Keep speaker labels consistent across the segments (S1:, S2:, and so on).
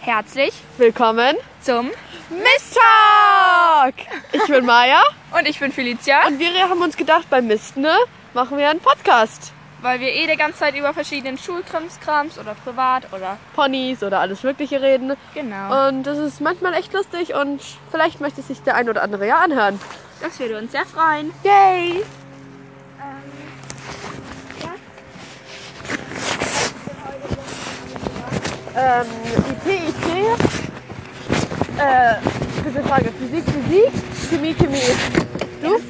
S1: Herzlich
S2: Willkommen
S1: zum
S2: Mist Talk! Ich bin Maya
S1: und ich bin Felicia,
S2: und wir haben uns gedacht, beim Misten ne, machen wir einen Podcast.
S1: weil wir eh die ganze Zeit über verschiedenen Schulkrimskrams oder privat oder
S2: Ponys oder alles Mögliche reden.
S1: genau.
S2: Und das ist manchmal echt lustig und vielleicht möchte sich der ein oder andere ja anhören.
S1: Das würde uns sehr freuen.
S2: Yay! Ähm, IT, IT, äh, gute Frage, Physik, Physik, Chemie, Chemie. Du?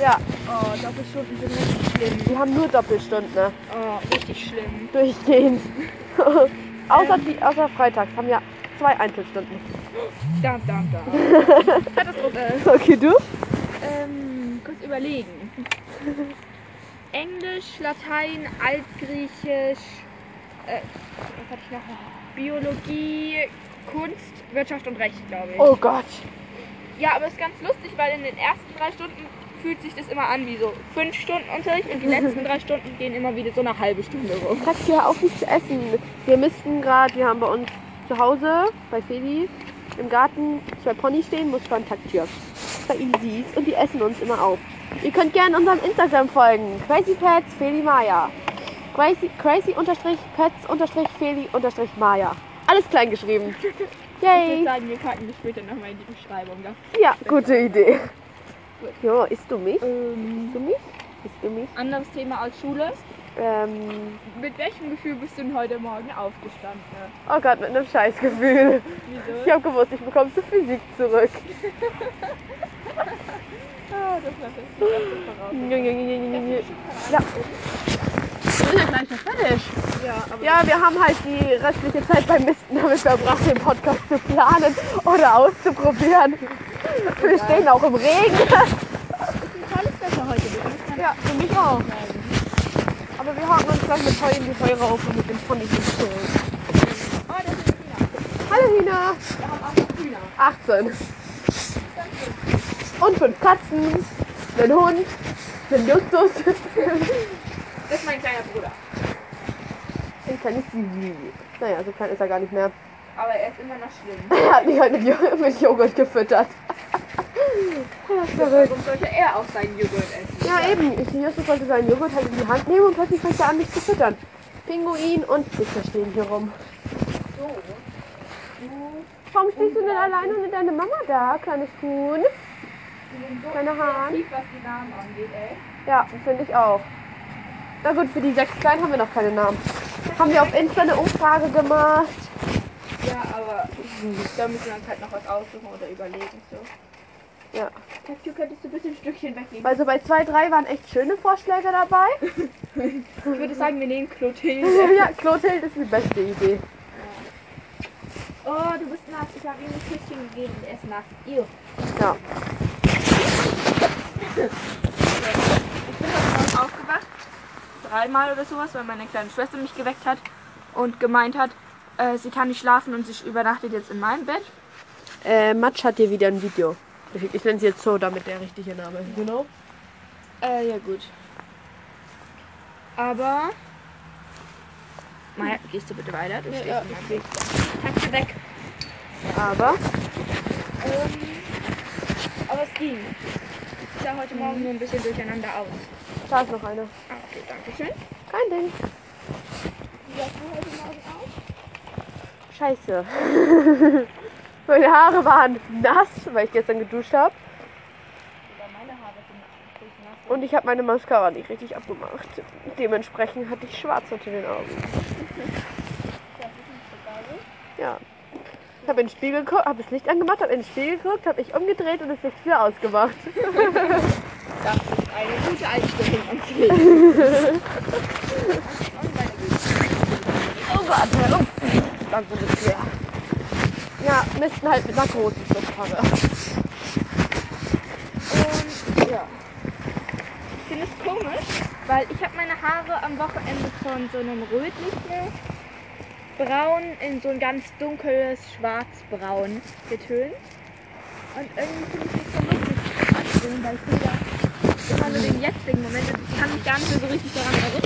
S2: Ja,
S1: Oh, Doppelstunden sind richtig schlimm.
S2: wir haben nur Doppelstunden, ne?
S1: Oh, richtig schlimm.
S2: Durchgehend. außer, die, außer freitags haben wir zwei Einzelstunden.
S1: Dam, dam, dam. Katastrophe.
S2: Okay, du?
S1: Ähm, kurz überlegen. Englisch, Latein, Altgriechisch, äh, was hatte ich noch? Biologie, Kunst, Wirtschaft und Recht, glaube ich.
S2: Oh Gott.
S1: Ja, aber es ist ganz lustig, weil in den ersten drei Stunden fühlt sich das immer an wie so fünf Stunden Unterricht und die letzten drei Stunden gehen immer wieder so eine halbe Stunde rum.
S2: Kannst du ja auch nicht zu essen. Wir müssten gerade, wir haben bei uns zu Hause, bei Feli, im Garten zwei Ponys stehen, muss kontaktieren. Bei Easies und die essen uns immer auf. Ihr könnt gerne unserem Instagram folgen. Crazy Pets Feli Maya. Crazy, crazy unterstrich Pets unterstrich Feli unterstrich Maya. Alles klein geschrieben.
S1: Ich würde
S2: Yay.
S1: sagen, wir packen das später nochmal in die Beschreibung. Das
S2: Ja, gute Idee. Jo, isst du mich?
S1: ähm,
S2: Isst du mich? Isst du mich?
S1: anderes Thema als Schule.
S2: Ähm,
S1: Mit welchem Gefühl bist du denn heute Morgen aufgestanden?
S2: oh Gott, mit einem Scheißgefühl.
S1: Wieso?
S2: Ich habe gewusst, ich bekomme zur Physik zurück.
S1: Ah, das war das.
S2: Ja. Wir sind ja gleich noch fertig.
S1: Ja, aber
S2: Ja, wir haben halt die restliche Zeit beim Misten damit verbracht, den Podcast zu planen oder auszuprobieren. Wir stehen auch im Regen.
S1: tolles Wetter heute. Wir müssen dann
S2: Ja, für mich auch. Aber wir haben uns dann mit Heu in die Feuer auf und mit dem Pony gezogen.
S1: Oh, das sind Hühner.
S2: Hallo Hina.
S1: Wir haben auch noch Hühner.
S2: 18. Und fünf Katzen, einen Hund, einen Justus,
S1: Das ist mein kleiner Bruder.
S2: ein kleines Sisi. Naja, so klein ist er gar nicht mehr.
S1: Aber er ist immer noch schlimm.
S2: Er hat mich heute mit, Jo- mit Joghurt gefüttert. Verrückt.
S1: Warum sollte er auch seinen Joghurt essen?
S2: Ja, eben. Ich Justus wollte seinen Joghurt halt in die Hand nehmen und plötzlich fängt er an, mich zu füttern. Pinguin und Fische stehen hier rum.
S1: So.
S2: Warum stehst du denn alleine mit deiner Mama da, kleines Huhn? Kleiner Hahn?
S1: Tief, was die Namen angeht, ey.
S2: Ja, finde ich auch. Na gut, für die sechs Kleinen haben wir noch keine Namen. Haben wir auf Insta eine Umfrage gemacht.
S1: Ja, aber da müssen wir uns halt noch was aussuchen oder überlegen. So.
S2: Ja.
S1: Tattoo könntest du bitte ein Stückchen weglegen.
S2: Also bei zwei, drei waren echt schöne Vorschläge dabei.
S1: Ich würde sagen, wir nehmen Clotilde.
S2: ja, Clotilde ist die beste Idee.
S1: Oh, du bist nass. Ich habe ihm ein Küsschen gegeben und er ist nass. Ew.
S2: Ja.
S1: Ich bin heute Morgen aufgewacht, dreimal oder sowas, weil meine kleine Schwester mich geweckt hat und gemeint hat, äh, sie kann nicht schlafen und sie übernachtet jetzt in meinem Bett.
S2: Äh, Matsch hat hier wieder ein Video. Ich, ich nenne sie jetzt so, damit der richtige Name ist. Genau.
S1: Äh, ja gut. Aber... Maya, gehst du bitte weiter? Du stehst
S2: ja,
S1: in meinem Weg. Taxi weg.
S2: Aber
S1: Ähm, aber es ging. Ich sah heute Morgen nur ein bisschen durcheinander aus.
S2: da ist noch einer.
S1: Ah, okay, danke schön.
S2: Kein Ding.
S1: Wie sah du heute Morgen aus?
S2: Scheiße. Meine Haare waren nass, weil ich gestern geduscht habe.
S1: Oder meine Haare sind durch nass.
S2: Und ich habe meine Mascara nicht richtig abgemacht. Dementsprechend hatte ich schwarz unter den Augen.
S1: Das ist nicht so geil.
S2: Ja. Ich habe in den Spiegel geguckt, habe das Licht angemacht, habe in den Spiegel geguckt, habe mich umgedreht und das Licht wieder ausgemacht.
S1: Das ist eine gute Einstellung ans Leben.
S2: Oh Gott, warum? Danke sehr. Ja, müssten halt mit einer großen Schlusskarre.
S1: Und ja. Ich finde es komisch, weil ich habe meine Haare am Wochenende von so einem rötlichen Braun in so ein ganz dunkles Schwarzbraun getönt. Und irgendwie finde ich das so lustig, anzusehen, weil ich wieder immer nur den jetzigen Moment, und ich kann mich gar nicht mehr so richtig daran erinnern,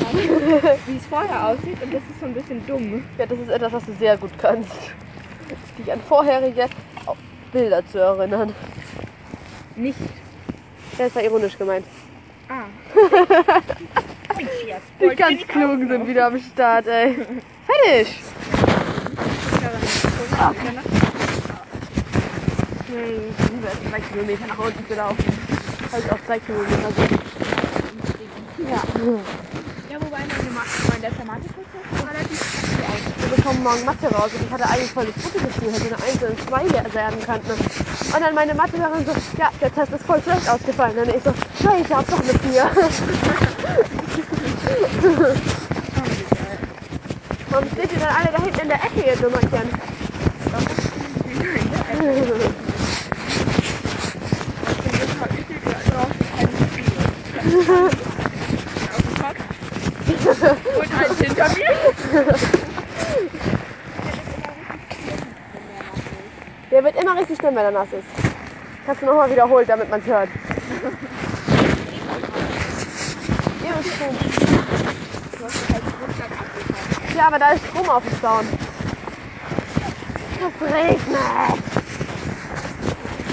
S1: wie es vorher aussieht und das ist so ein bisschen dumm.
S2: Ja, das ist etwas, was du sehr gut kannst. dich an vorherige Bilder zu erinnern.
S1: Nicht.
S2: Das war ironisch gemeint.
S1: Ah. Yes,
S2: Die ganz Klugen sind wieder am Start, ey. Fertig! Nein, ich bin erst zwei Kilometer nach unten gelaufen. Also auch zwei Kilometer. Ja.
S1: Ja, wobei meine Macht, meine der Thematik ist relativ gut aus.
S2: Wir bekommen morgen Mathe raus und ich hatte eigentlich voll das gute Gefühl, hätte eine 1 und 2 werden können. ne? Und dann meine Mathelehrerin so, ja, der Test ist voll schlecht ausgefallen. Und ich so, scheiße, hab doch eine 4. Warum steht ihr dann alle da hinten in der Ecke, ihr Dummerchen?
S1: Und halt hinter mir.
S2: Der wird immer richtig schlimm, wenn er nass ist. Kannst du nochmal wiederholt, damit man es hört. Hier ist Strom. halt Ja, aber da ist Strom auf dem Zaun. Es regnet.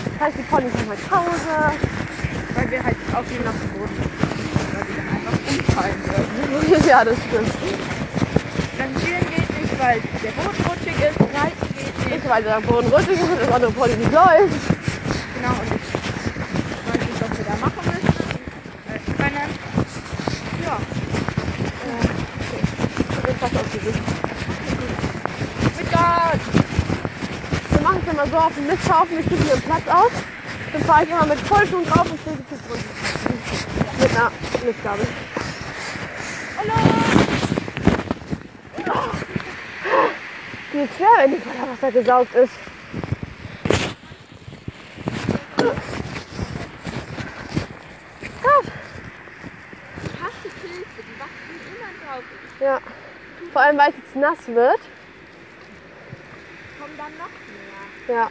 S2: Das heißt, die Ponys sind heute nach Hause.
S1: Weil wir halt auf dem nassen Boden sind. Weil wir dann einfach umfallen würden.
S2: ja, das stimmt.
S1: Rangieren geht nicht, weil der Boden rutschig ist. Reiten geht nicht.
S2: Ich weiß, der Boden rutschig ist, das andere Pony nicht läuft.
S1: Genau, und ich weiß nicht, was wir da machen müssen. Äh, können. Ja,
S2: Das ist fast ausgesucht.
S1: mit Gott.
S2: Wir machen es immer so auf dem Misthaufen, ich suche mir einen Platz aus. Dann fahre ich immer mit Vollschuhen drauf und stehe die Tür runter. Mit einer Mistgabel.
S1: Hallo.
S2: Die ist schwer, wenn die Wasser gesaugt ist. Gott.
S1: Ich hasse Pilze, die wachsen immer drauf.
S2: Ja. Vor allem, weil es jetzt nass wird.
S1: Ich komme dann noch mehr.
S2: Ja.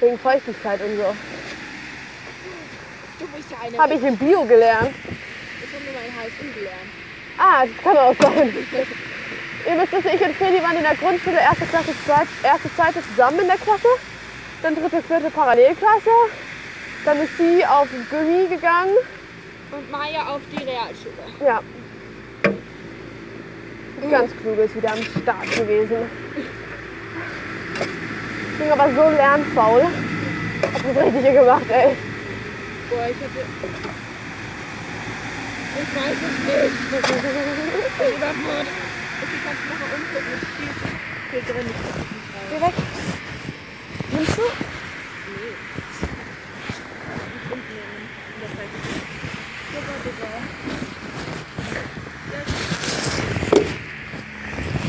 S2: Wegen Feuchtigkeit und so.
S1: Du bist ja eine.
S2: Habe ich im Bio gelernt.
S1: Ich habe mir mein Hals umgelernt.
S2: Ah, das kann auch sein. Ihr wisst es, ich und Feli waren in der Grundschule erste Klasse, zweit, erste, zweite zusammen in der Klasse. Dann dritte, vierte Parallelklasse. Dann ist sie auf Gummi gegangen.
S1: Und Maya auf die Realschule.
S2: Ja. Die ganz kluge ist wieder am Start gewesen. Ich bin aber so lernfaul. Hab das Richtige gemacht,
S1: Boah,
S2: ey.
S1: ich hatte. Ich weiß es nicht. Lieber Mord. Okay, kannst du nochmal umgucken? Es steht hier drin. Ich guck nicht rein.
S2: Geh weg. Nimmst du?
S1: Ich umnehmen. Und das heißt. Digga, Digga.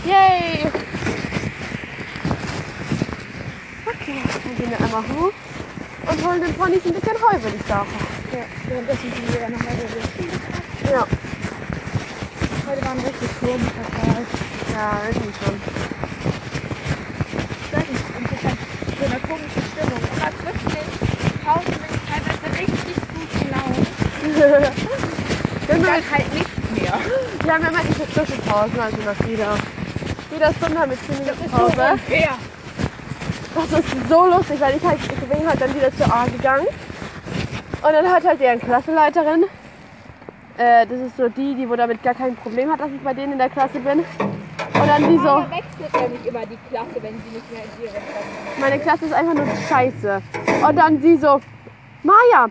S2: Yay! Okay, dann gehen wir einmal hoch und holen den Ponys ein bisschen Heu, würde ich sagen.
S1: Ja, währenddessen sind wir ja nochmal so
S2: Ja.
S1: Heute war ein richtig komischer Tag.
S2: Ja, irgendwie schon.
S1: Ich weiß nicht, es ist halt so eine komische Stimmung. Aber wirklich, Pausen sind teilweise richtig gut gelaunt.
S2: Wenn wir,
S1: Dann halt nicht mehr.
S2: wir haben immer diese Zwischenpausen, also nach jeder, jeder Stunde haben wir 10 Minuten
S1: So
S2: Pause.
S1: unfair.
S2: Das ist so lustig, weil ich, halt, ich bin halt dann wieder zur A gegangen. Und dann hat halt deren Klassenleiterin, äh, das ist so die, die wo damit gar kein Problem hat, dass ich bei denen in der Klasse bin. Und dann die so,
S1: Maya wechselt nämlich immer die Klasse, wenn sie nicht mehr in ihre Klasse
S2: meine Klasse ist einfach nur scheiße. Und dann sie so, Maja,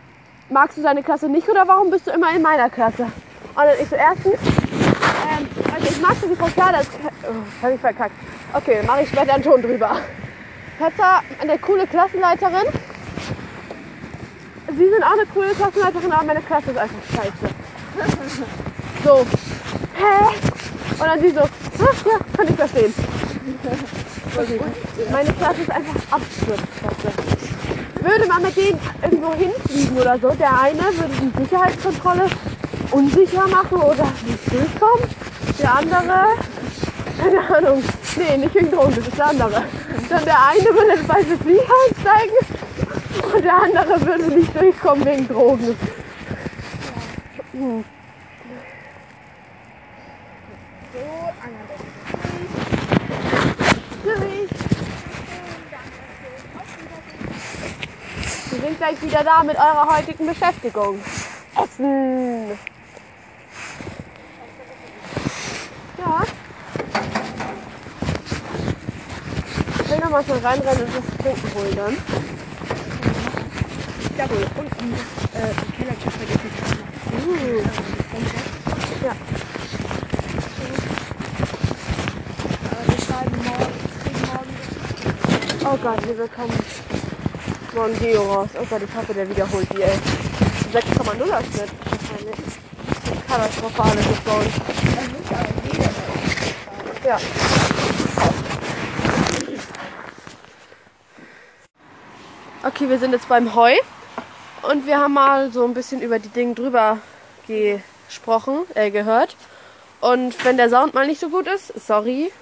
S2: magst du deine Klasse nicht oder warum bist du immer in meiner Klasse? Und dann ich so, erstens, ähm, also ich mag diese Fassade, das oh, hab ich verkackt. Okay, mache ich später dann schon drüber. Petra, eine coole Klassenleiterin. Sie sind auch eine coole Klassenleiterin, aber meine Klasse ist einfach scheiße. So, hä? Und dann sie so, ah, ja, kann ich verstehen. Okay. Meine Klasse ist einfach Absturzklasse. Würde man mit denen irgendwo hinfliegen oder so, der eine würde die Sicherheitskontrolle unsicher machen oder nicht durchkommen. Der andere, keine Ahnung, nee, nicht wegen Drogen, das ist der andere. Dann der eine würde bei der Flieger einsteigen und der andere würde nicht durchkommen wegen Drogen. Hm.
S1: So, Anna, das
S2: Tschüss. sind gleich wieder da mit eurer heutigen Beschäftigung. Essen. Ja. Ich will noch mal schnell reinrennen und das Trinken holen dann.
S1: Ich glaube, unten ist äh, die Kellertür vergessen.
S2: Uh. Ja.
S1: Aber wir schreiben morgen, morgen.
S2: Oh Gott, wir bekommen von Geo raus. Oh Gott, ich hoffe, der wiederholt die, ey. 6,0 er Schnitt. wahrscheinlich. Katastrophale Gefahren.
S1: Also, ich auch jeder.
S2: Ja. Okay, wir sind jetzt beim Heu und wir haben mal so ein bisschen über die Dinge drüber gesprochen, äh, gehört. Und wenn der Sound mal nicht so gut ist, sorry.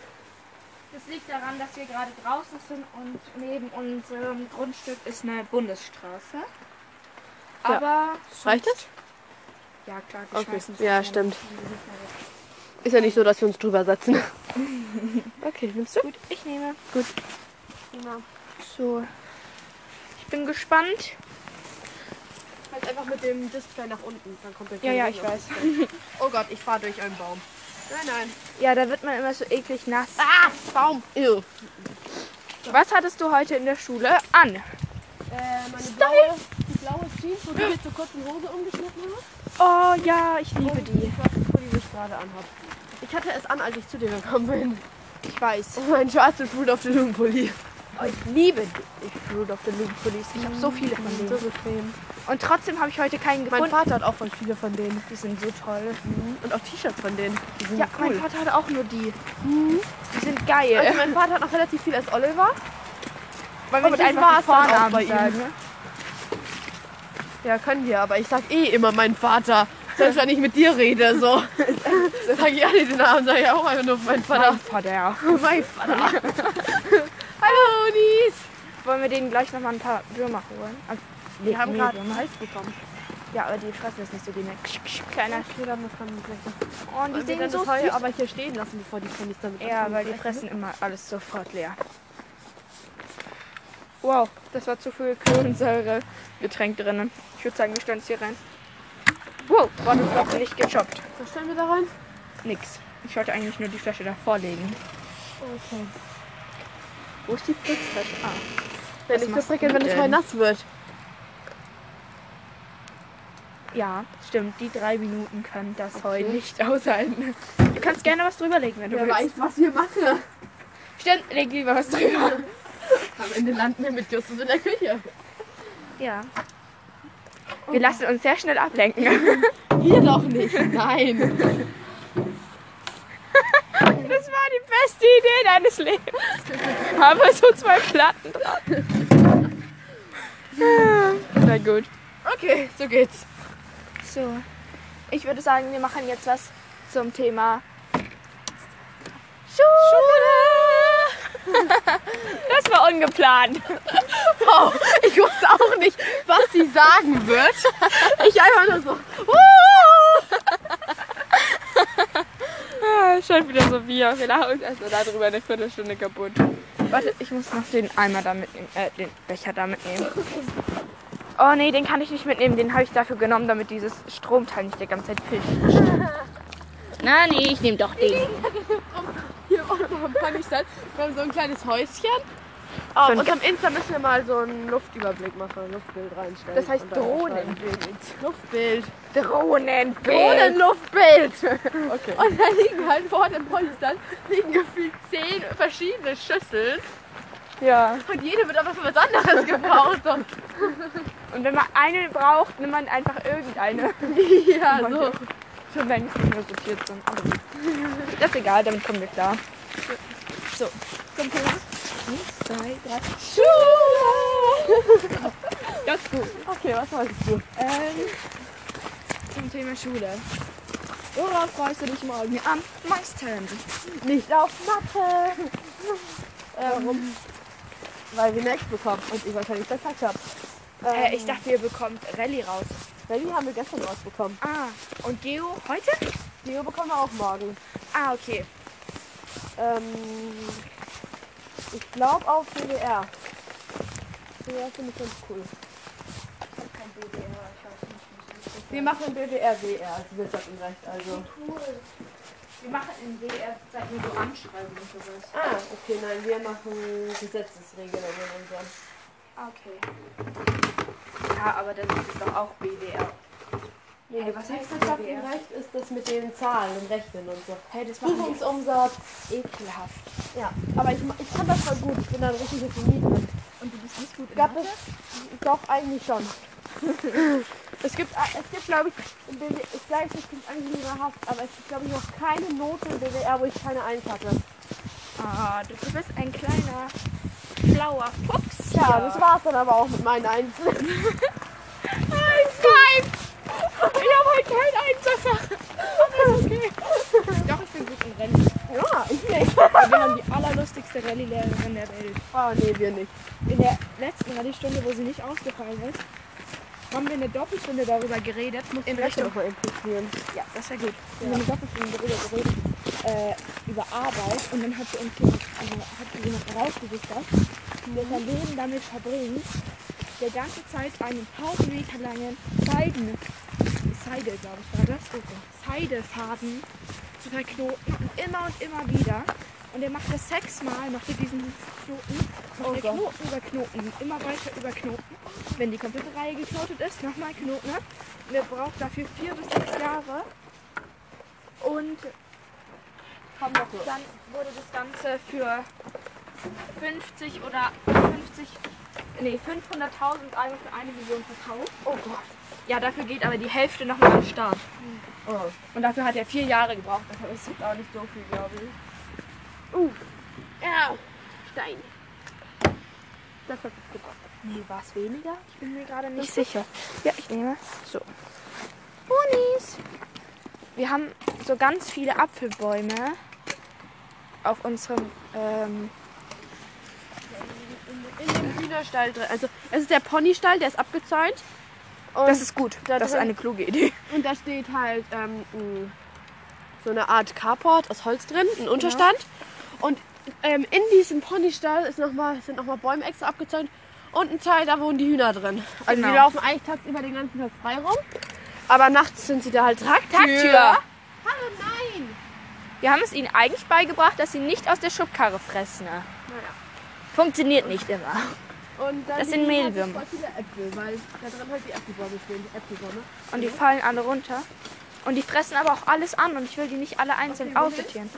S1: Das liegt daran, dass wir gerade draußen sind und neben unserem Grundstück ist eine Bundesstraße. Aber.
S2: Reicht das?
S1: Ja, klar, die
S2: Okay.
S1: schmeißen sich
S2: Ja,
S1: gerne.
S2: stimmt. Ist ja nicht so, dass wir uns drüber setzen. Okay, nimmst du?
S1: Gut, ich nehme.
S2: Gut.
S1: So. Ich bin gespannt.
S2: Halt einfach mit dem Display nach unten, dann kommt der
S1: Ja, ja, ich weiß.
S2: Oh Gott, ich fahre durch einen Baum. Nein, nein.
S1: Ja, da wird man immer so eklig nass.
S2: Ah, Baum. Ew.
S1: Was hattest du heute in der Schule an?
S2: Äh, meine blaue, die blaue Jeans, wo ich jetzt zur kurzen Hose umgeschnitten habe.
S1: Oh ja, ich liebe
S2: Und
S1: die.
S2: schwarze Pulli, die ich gerade anhab. Ich hatte es an, als ich zu dir gekommen bin. Oh,
S1: Ich weiß.
S2: Und meinen schwarzen Fruit of the Loom Pulli.
S1: Oh, ich liebe die.
S2: Ich Fruit of the Loom Pullis. Ich habe so viele von denen. Mm. So bequem.
S1: Und trotzdem habe ich heute keinen
S2: Mein
S1: gefunden.
S2: Vater hat auch voll viele von denen.
S1: die sind so toll.
S2: Mhm. Und auch T-Shirts von denen. Die sind
S1: Ja,
S2: cool.
S1: mein Vater hat Mhm. auch nur die. Die sind
S2: also
S1: geil.
S2: mein Vater hat noch relativ viel als Oliver.
S1: Wollen
S2: aber das war's dann auch bei ihm.
S1: sagen?
S2: Ja, können wir, aber ich sag eh immer meinen Vater. Selbst wenn ich mit dir rede, so. sag ich alle den Namen, sag ich auch einfach nur meinen Vater.
S1: Mein Vater.
S2: Mein Vater. Hallo, Nies.
S1: Wollen wir denen gleich nochmal ein paar Würmer holen? Also,
S2: Wir haben
S1: nee,
S2: gerade
S1: Würmer.
S2: Hals bekommen.
S1: Ja, aber die fressen jetzt nicht so gerne. Kleiner.
S2: Okay, dann das kann vielleicht noch.
S1: Oh, und die sehen so süß.
S2: aber hier stehen lassen, bevor die Ponys damit
S1: Ja,
S2: anfangen
S1: weil
S2: zu
S1: die fressen immer alles sofort leer. Wow, das war zu viel Kohlensäuregetränk drinnen. Ich würde sagen, wir stellen es hier rein. Wow, war das noch nicht gechoppt.
S2: Was stellen wir da rein?
S1: Nix. Ich wollte eigentlich nur die Flasche davor legen.
S2: Okay.
S1: Wo ist die Putzflasche? Ah,
S2: Wenn
S1: Was
S2: ich so
S1: machst du
S2: prickeln, wenn es
S1: denn?
S2: voll nass wird.
S1: ja, stimmt. Die drei Minuten können das
S2: Okay.
S1: heute nicht aushalten. Du kannst gerne was drüberlegen, wenn du willst.
S2: was wir machen.
S1: Stimmt, leg lieber was drüber.
S2: Am Ende landen wir mit Justus in der Küche.
S1: Ja. Wir lassen uns sehr schnell ablenken.
S2: Hier doch nicht. Nein.
S1: Das war die beste Idee deines Lebens. Aber so zwei Platten dran. Na gut.
S2: Okay, so geht's.
S1: So. Ich würde sagen, wir machen jetzt was zum Thema Schule. Das war ungeplant.
S2: Oh, ich wusste auch nicht, was sie sagen wird. Ich einfach nur so.
S1: Ah, Schon wieder so Bier. Wir lachen uns erstmal darüber eine Viertelstunde kaputt. Warte, ich muss noch den Eimer da mitnehmen. Äh, den Becher da mitnehmen. Oh nee, den kann ich nicht mitnehmen. Den habe ich dafür genommen, damit dieses Stromteil nicht die ganze Zeit fischt. Na nee, ich nehme doch den.
S2: Hier unten am Ponystand. Wir haben so ein kleines Häuschen. Auf
S1: Fünf.
S2: unserem Ah, Insta müssen wir mal so einen Luftüberblick machen, ein Luftbild reinstellen.
S1: Das heißt
S2: Und dann aufschreiben.
S1: Drohnenbild.
S2: Luftbild.
S1: Drohnenbild.
S2: Drohnenluftbild.
S1: Okay.
S2: Und da liegen halt vor dem Ponystand liegen gefühlt zehn verschiedene Schüsseln.
S1: Ja.
S2: Und jede wird aber für was anderes gebraucht. So.
S1: Und wenn man eine braucht, nimmt man einfach irgendeine.
S2: Ja, so.
S1: Schon wenn sie nur sortiert sind. Aber gut. Das ist egal, damit kommen wir klar. So, zum Thema. Eins, zwei, drei. Schule! Das ist gut.
S2: Okay, was wolltest du?
S1: Ähm, zum Thema Schule. Worauf freust du dich morgen am meisten?
S2: Nicht auf Mathe. Warum? Ähm, Weil wir Max bekommen und ich wahrscheinlich verkackt habe.
S1: Äh, ich dachte, ihr bekommt Rallye raus.
S2: Rallye haben wir gestern rausbekommen.
S1: Ah, und Geo heute?
S2: Geo bekommen wir auch morgen.
S1: Ah, okay.
S2: Ähm, ich glaube auf WDR. WDR finde ich ganz cool. Wir machen BWR, WR, also Wirtschaft und Recht, also.
S1: Cool. Wir machen in WR Zeit nur so Anschreiben und sowas.
S2: Ah, okay, nein, wir machen Gesetzesregelungen und so.
S1: Ah, okay. Ja, aber dann ist es doch auch BWR.
S2: Nee,
S1: Hey, was
S2: was
S1: heißt
S2: heißt Wirtschaft
S1: BWR?
S2: und Recht ist das mit den Zahlen und Rechnen und so.
S1: Hey, das
S2: Buchungsumsatz.
S1: ekelhaft.
S2: Ja, aber ich, ma- ich kann das voll gut. Ich bin da ein richtiges Nieten.
S1: Und du bist nicht gut in
S2: Gab
S1: Mathe?
S2: es? Doch, eigentlich schon. es gibt, a- es gibt glaube ich, im BW, ich sage es nicht, klingt angenehmerhaft, aber es gibt, glaube ich, noch keine Note im BWR, wo ich keine Eins hatte.
S1: Ah, du bist ein kleiner, schlauer Fuchs.
S2: Ja,
S1: hier.
S2: das war's dann aber auch mit meinen Eins.
S1: Nein! Ich habe heute kein Einsatz. Das ist okay. Doch, ich bin gut im Rennen.
S2: ja, ich nicht.
S1: Aber wir haben die allerlustigste Rallye-Lehrerin der Welt.
S2: Oh, nee, wir nicht.
S1: In der letzten Rallye-Stunde, wo sie nicht ausgefallen ist, haben wir eine Doppelstunde darüber geredet. Mussten
S2: In
S1: rechnen.
S2: Rechnung implizieren.
S1: Ja, das wäre gut. Wir haben eine Doppelstunde darüber geredet, äh, über Arbeit. Und dann hat sie uns jemand, also hat sie jemand rausgesichert, der sein Leben damit verbringt, der ganze Zeit einen Pausenmeter langen Seiden, Seide, glaube ich, war das, Seidefaden zu verknoten. Und immer und immer wieder. Und er macht das sechsmal, macht er diesen Knoten.
S2: Oh
S1: Und der
S2: Gott.
S1: Knoten über Knoten, immer weiter über Knoten. Wenn die komplette Reihe geknotet ist, nochmal Knoten. ab. Und er braucht dafür vier bis sechs Jahre. Und
S2: Komm doch so.
S1: dann wurde das Ganze für 50 oder 50, nee, 500.000 einmal für eine Million verkauft.
S2: Oh Gott.
S1: Ja, dafür geht aber die Hälfte nochmal an den Staat.
S2: Oh.
S1: Und dafür hat er vier Jahre gebraucht. Deshalb ist es jetzt auch nicht so viel, glaube ich. Uh.
S3: Ja, Stein. Das hat es gebracht.
S1: Nee, war es weniger? Ich bin mir gerade nicht sicher. Ja, ich nehme. So. Unis. Wir haben so ganz viele Apfelbäume auf unserem ähm,
S2: In dem Hühnerstall drin. Also, es ist der Ponystall, der ist abgezäunt. Und
S1: Das ist gut.
S2: da
S1: das ist
S2: drin-
S1: eine kluge Idee.
S2: Und da steht halt ähm, mh, so eine Art Carport aus Holz drin, ein Unterstand. Und ähm, in diesem Ponystall ist noch mal, sind nochmal Bäume extra abgezäunt. Und ein Teil, da wohnen die Hühner drin. Also
S1: Genau.
S2: die laufen eigentlich tagsüber den ganzen Tag frei rum. Aber nachts sind sie da halt Tagtür.
S1: Ah,
S2: Hallo, nein!
S1: Wir haben es ihnen eigentlich beigebracht, dass sie nicht aus der Schubkarre fressen.
S2: Naja.
S1: Funktioniert nicht immer.
S2: Und dann
S1: Das
S2: die
S1: sind
S2: Hühner sich
S1: Mehlwürmer.
S2: voll viele Äpfel, weil da drin halt die Äpfelbäume stehen. Äpfelbäume.
S1: Und die fallen alle runter. Und die fressen aber auch alles an und ich will die nicht alle einzeln
S2: Okay, wohin?
S1: aussortieren.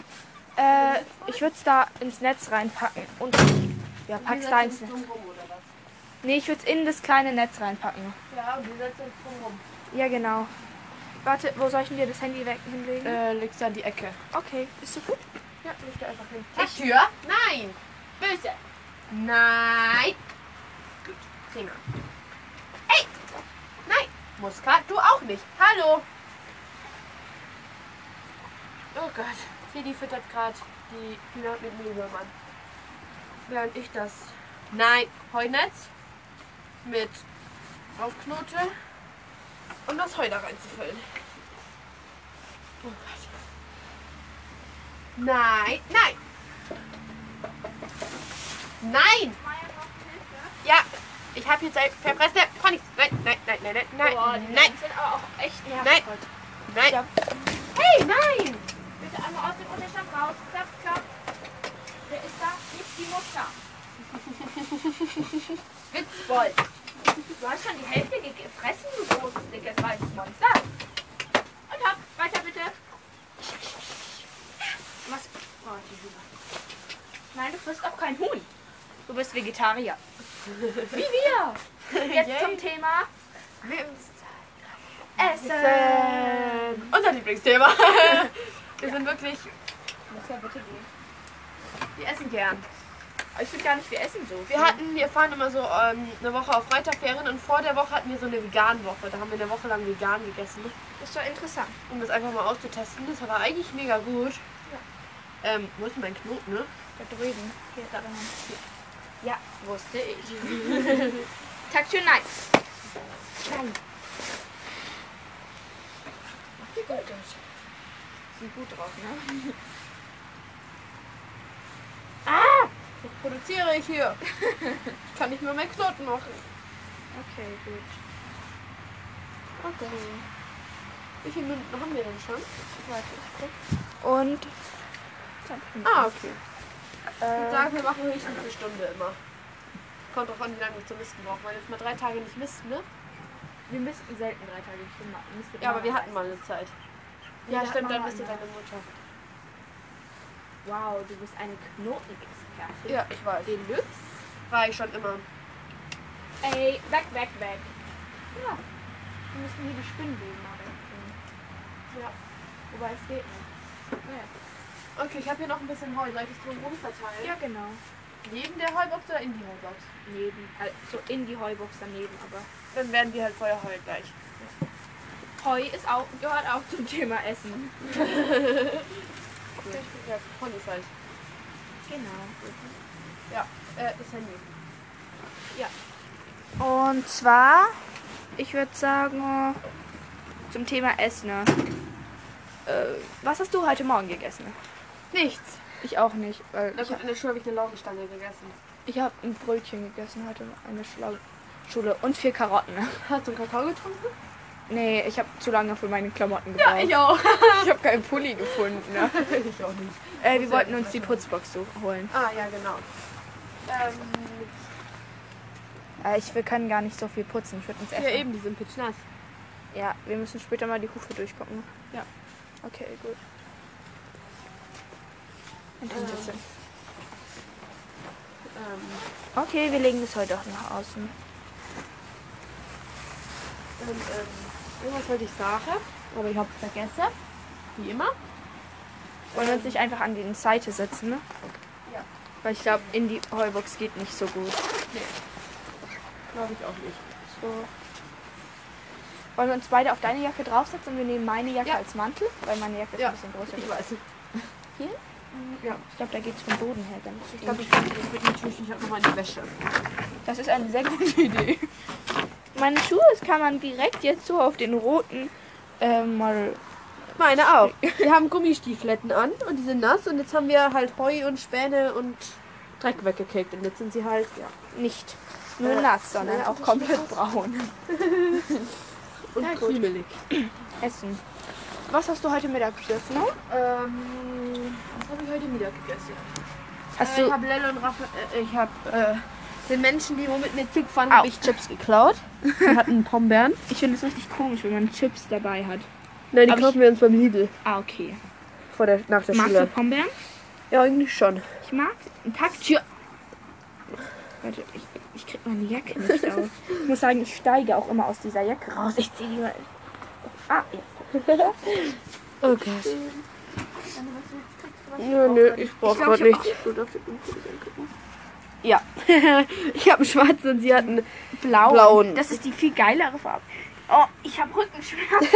S1: Äh, ich würde es da ins Netz reinpacken. Und ja, pack's da ins Netz.
S2: drumrum oder was?
S1: Nee, ich würde es in das kleine Netz reinpacken.
S2: Ja, und die setzen uns drumrum.
S1: Ja, genau. Warte, wo soll ich denn dir das Handy weg hinlegen?
S2: Äh, legst du an die Ecke.
S1: Okay, bist du gut?
S2: Ja, leg da einfach hin. Tür? Nein! Böse! Nein! Gut, prima. Hey! Nein! Muskat, du auch nicht. Hallo! Oh Gott, Fedi füttert gerade die Hühner mit Mehlwürmern. Während ich das. Nein, Heunetz mit Aufknote, um das Heu da reinzufüllen. Oh Gott. Nein, nein. Nein. Ja, ich habe jetzt ein verpresste Ponys. Nein, nein, nein, nein, nein, nein, nein,
S1: sind aber auch echt
S2: nein, nein. Hey, nein.
S1: Bitte einmal aus dem Unterstand raus. Klapp, klapp. Wer ist da? Nicht die Mutter. Witzbold. Du hast schon die Hälfte ge- gefressen, du großes, dickes, weißes Monster. Und hopp, weiter bitte. Was? Oh, die Hühner. Nein, du frisst auch kein Huhn. Du bist Vegetarier. Wie wir. Jetzt zum Thema Essen.
S2: Ähm, unser Lieblingsthema. Wir sind wirklich,
S1: Muss ja bitte gehen.
S2: wir essen gern.
S1: Ich finde gar nicht, wir essen so.
S2: Wir hatten, wir fahren immer so ähm, eine Woche auf Reiterferien und vor der Woche hatten wir so eine Vegan-Woche. Da haben wir eine Woche lang vegan gegessen.
S1: Ist doch interessant.
S2: um das einfach mal auszutesten. Das war eigentlich mega gut. Ähm, wo ist denn mein Knoten, ne?
S1: Da drüben. Hier da dran. Ja, wusste ich. Taktion nein. Nein. Wie gut aus. Sieht gut drauf, ne?
S2: Was produziere ich hier? ich kann nicht mehr meinen Knoten machen.
S1: Okay, gut. Okay.
S2: Wie viele Minuten haben wir denn schon?
S1: Und
S2: Ah, okay. Äh. Ich würde sagen, wir machen höchstens eine Stunde immer. Kommt drauf an, wie lange wir zum Misten brauchen. Weil wir jetzt mal drei Tage nicht misten, ne?
S1: wir müssten selten drei Tage bestimmt machen. Müsste
S2: Ja, aber
S1: man
S2: wir hatten
S1: weiß.
S2: mal eine Zeit.
S1: Nee,
S2: Ja,
S1: da
S2: stimmt,
S1: hat man
S2: dann
S1: mal
S2: bist du
S1: eine.
S2: deine Mutter.
S1: Wow, du bist eine Knotenexpertin.
S2: Ja, ich weiß.
S1: Deluxe.
S2: War ich schon immer.
S1: Ey, weg, weg, weg. Ja. Wir müssen hier die Spinnenweben mal wegziehen.
S2: Ja.
S1: Wobei es geht nicht. Naja.
S2: Okay, ich habe hier noch ein bisschen Heu. Soll ich das drum verteilen?
S1: Ja, genau.
S2: Neben der Heubox oder in die Heubox?
S1: Neben, halt so in die Heubox daneben, aber
S2: Dann werden wir halt vorher heul gleich.
S1: Heu ist auch, gehört auch zum Thema Essen.
S2: Cool. Ja, Ponys halt.
S1: Genau.
S2: Ja, äh, das Handy.
S1: Und zwar, ich würde sagen, zum Thema Essen. Äh, was hast du heute Morgen gegessen?
S2: Nichts.
S1: Ich auch nicht, weil
S2: Na gut, in der Schule habe ich eine Laugenstange gegessen.
S1: ich habe ein Brötchen gegessen heute in der Schla- Schule und vier Karotten.
S2: Hast du einen Kakao getrunken?
S1: Nee, ich habe zu lange für meine Klamotten gebraucht.
S2: auch.
S1: ich habe keinen Pulli gefunden. Ne?
S2: ich auch nicht.
S1: Äh, wir wollten uns die Putzbox so holen.
S2: Ah, ja, genau. Ähm,
S1: Äh, ich, wir können gar nicht so viel putzen. Ich würde uns
S2: ja,
S1: essen.
S2: eben, die sind pitschnass.
S1: Ja, wir müssen später mal die Hufe durchgucken.
S2: Ja.
S1: Okay, gut. Und dann sitzen.
S2: Ähm,
S1: Okay, wir legen das heute auch nach außen.
S2: und, ähm, irgendwas wollte ich sagen, aber ich habe es vergessen. Wie immer.
S1: Wollen wir uns nicht einfach an die Seite setzen, ne?
S2: Ja.
S1: Weil ich glaube, in die Heubox geht nicht so gut.
S2: Glaube ich auch nicht.
S1: So. Wollen wir uns beide auf deine Jacke draufsetzen und wir nehmen meine Jacke
S2: Ja.
S1: als Mantel? Weil meine Jacke ist
S2: Ja,
S1: ein bisschen größer.
S2: Ich weiß.
S1: Hier?
S2: Ja.
S1: Ich glaube, da geht es vom Boden her. Dann
S2: Ich glaube, ich das wird nicht tüchtig. Ich habe nochmal die Wäsche.
S1: das ist eine sehr gute Idee. Meine Schuhe das kann man direkt jetzt so auf den roten äh, mal
S2: Meine auch. Wir haben Gummistiefletten an und die sind nass und jetzt haben wir halt Heu und Späne und Dreck weggekickt und jetzt sind sie halt, ja.
S1: nicht nur
S2: Äh,
S1: nass, sondern
S2: nein,
S1: auch
S2: das
S1: komplett braun.
S2: Und
S1: Ja,
S2: ja,
S1: gut.
S2: krümelig.
S1: Essen. Was hast du heute Mittag gegessen?
S2: Ähm, was habe ich heute Mittag gegessen?
S1: Hast
S2: Äh, ich
S1: du
S2: habe Lelle und Raffa, äh, ich habe äh, den Menschen, die womit mir Zug fahren,
S1: Au.
S2: habe ich Chips geklaut. Die hatten Pombeeren.
S1: Ich finde es richtig komisch, wenn man Chips dabei hat.
S2: Nein, die
S1: Aber
S2: kaufen wir uns beim Lidl
S1: Ah, okay.
S2: vor der, nach der
S1: Magst du
S2: Schule.
S1: Pombeeren?
S2: Ja, eigentlich schon.
S1: Ich mag einen Takt. Ja. Warte, ich, ich krieg meine Jacke nicht auf. Ich muss sagen, ich steige auch immer aus dieser Jacke raus. Ich ziehe die mal. Ah, ja.
S2: Oh Gott. Ja, nö, ich brauch
S1: glaub,
S2: grad
S1: ich hab
S2: nichts. Du darfst dir Ja. ich habe einen schwarzen und sie hatten.
S1: Blau.
S2: Blauen.
S1: Das ist die viel geilere Farbe. Oh, ich habe Rückenschmerzen.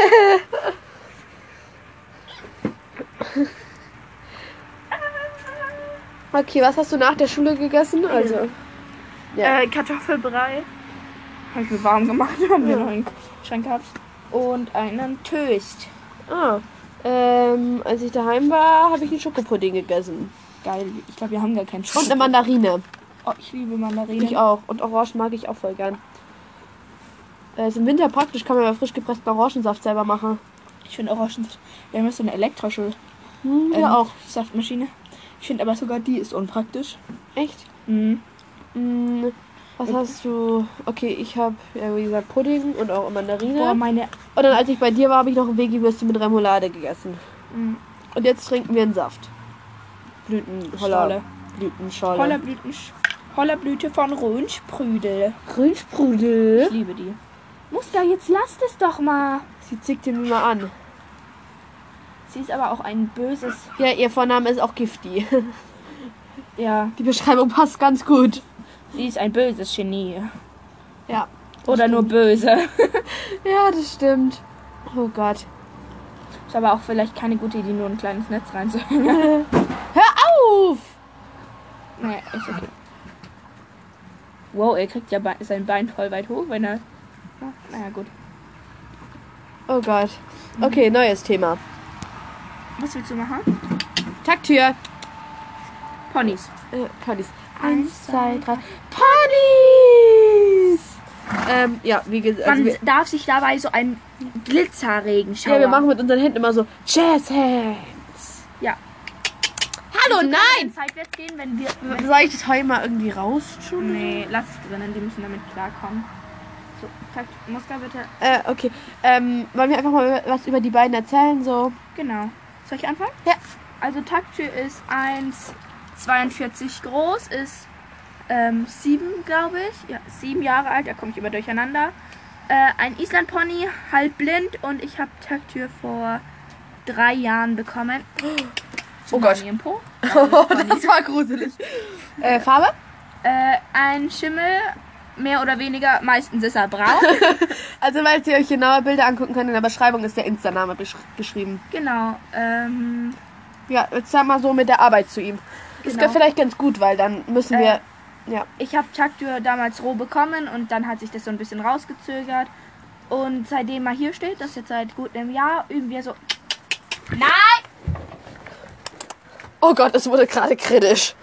S2: Okay, was hast du nach der Schule gegessen? Also. Ja.
S1: Äh, Kartoffelbrei. Habe ich mir warm gemacht, haben wir noch einen Schrank gehabt. Und einen Toast.
S2: Ah. Ähm, als ich daheim war, habe ich einen Schokopudding gegessen.
S1: Geil. Ich glaube, wir haben gar keinen
S2: Und eine
S1: Schrank.
S2: Mandarine.
S1: Oh, ich liebe Mandarinen.
S2: Ich auch. Und Orangen mag ich auch voll gern. Äh, ist im Winter praktisch, kann man ja frisch gepressten Orangensaft selber machen.
S1: Ich finde Orangensaft. Wir haben jetzt so eine elektrische
S2: Hm,
S1: ähm,
S2: ja auch.
S1: Saftmaschine. Ich finde aber sogar die ist unpraktisch.
S2: Echt?
S1: Mhm.
S2: Hm, was hast du? Okay, ich habe, ja, wie gesagt, Pudding und auch Mandarine.
S1: Boah, meine.
S2: Und dann, als ich bei dir war, habe ich noch ein Veggie-Würstchen mit Remoulade gegessen.
S1: Mhm.
S2: Und jetzt trinken wir einen Saft. Blütenholler.
S1: Scholle.
S2: Blütenscholle.
S1: Hollerblüten. Hollerblüte von Rönsprüdel. Ich
S2: Grünsprudel.
S1: liebe die. Muster, Hm? jetzt lasst es doch mal.
S2: Sie zickt ihn immer an.
S1: Sie ist aber auch ein böses.
S2: Ja, ihr Vorname ist auch Gifty.
S1: Ja,
S2: Die Beschreibung passt ganz gut.
S1: sie ist ein böses Genie.
S2: Ja.
S1: Oder nur böse.
S2: Ja, das stimmt. Oh Gott.
S1: Ist aber auch vielleicht keine gute Idee, nur ein kleines Netz reinzuhängen.
S2: Auf!
S1: Naja, ist okay. Wow, er kriegt ja Be sein Bein voll weit hoch, wenn er. Ja, naja, gut.
S2: Oh Gott. Okay, neues Thema.
S1: Was willst du machen?
S2: Taktür.
S1: Ponys.
S2: Äh, Ponys.
S1: Eins, zwei,
S2: drei. Ponys! Ähm, ja, wie gesagt.
S1: Man
S2: Also wir,
S1: darf sich dabei so einen Glitzerregenschauer.
S2: ja, wir machen mit unseren Händen immer so Jazz Hands.
S1: Ja.
S2: Hallo, nein!
S1: Seitwärts gehen, wenn wir.
S2: Soll ich Also, das Heu mal irgendwie raustun?
S4: Nee, lass es drinnen, die müssen damit klarkommen. So, zeig Muska bitte.
S2: Äh, okay. Ähm, wollen wir einfach mal was über die beiden erzählen? So.
S4: Genau. Soll ich anfangen?
S2: Ja.
S4: Also Taktür ist 1,42 groß, ist ähm, sieben, glaube ich. Ja, sieben Jahre alt, da komme ich immer durcheinander. Äh, ein Island-Pony, halb blind und ich habe Taktür vor drei Jahren bekommen.
S2: Oh Gott.
S4: Tsunami im Po.
S2: Oh, das war gruselig. Äh, Farbe?
S4: Äh, ein Schimmel, mehr oder weniger, meistens ist er braun.
S2: Also, weil ihr euch genauer Bilder angucken könnt, in der Beschreibung ist der Insta-Name besch geschrieben.
S4: genau. Ähm,
S2: Ja, jetzt sag mal so mit der Arbeit zu ihm. Ist
S4: Genau. Äh.
S2: vielleicht ganz gut, weil dann müssen wir.
S4: ich habe Taktür damals roh bekommen und dann hat sich das so ein bisschen rausgezögert. Und seitdem er hier steht, das ist jetzt seit gut einem Jahr, üben wir so.
S2: Oh Gott, es wurde gerade kritisch.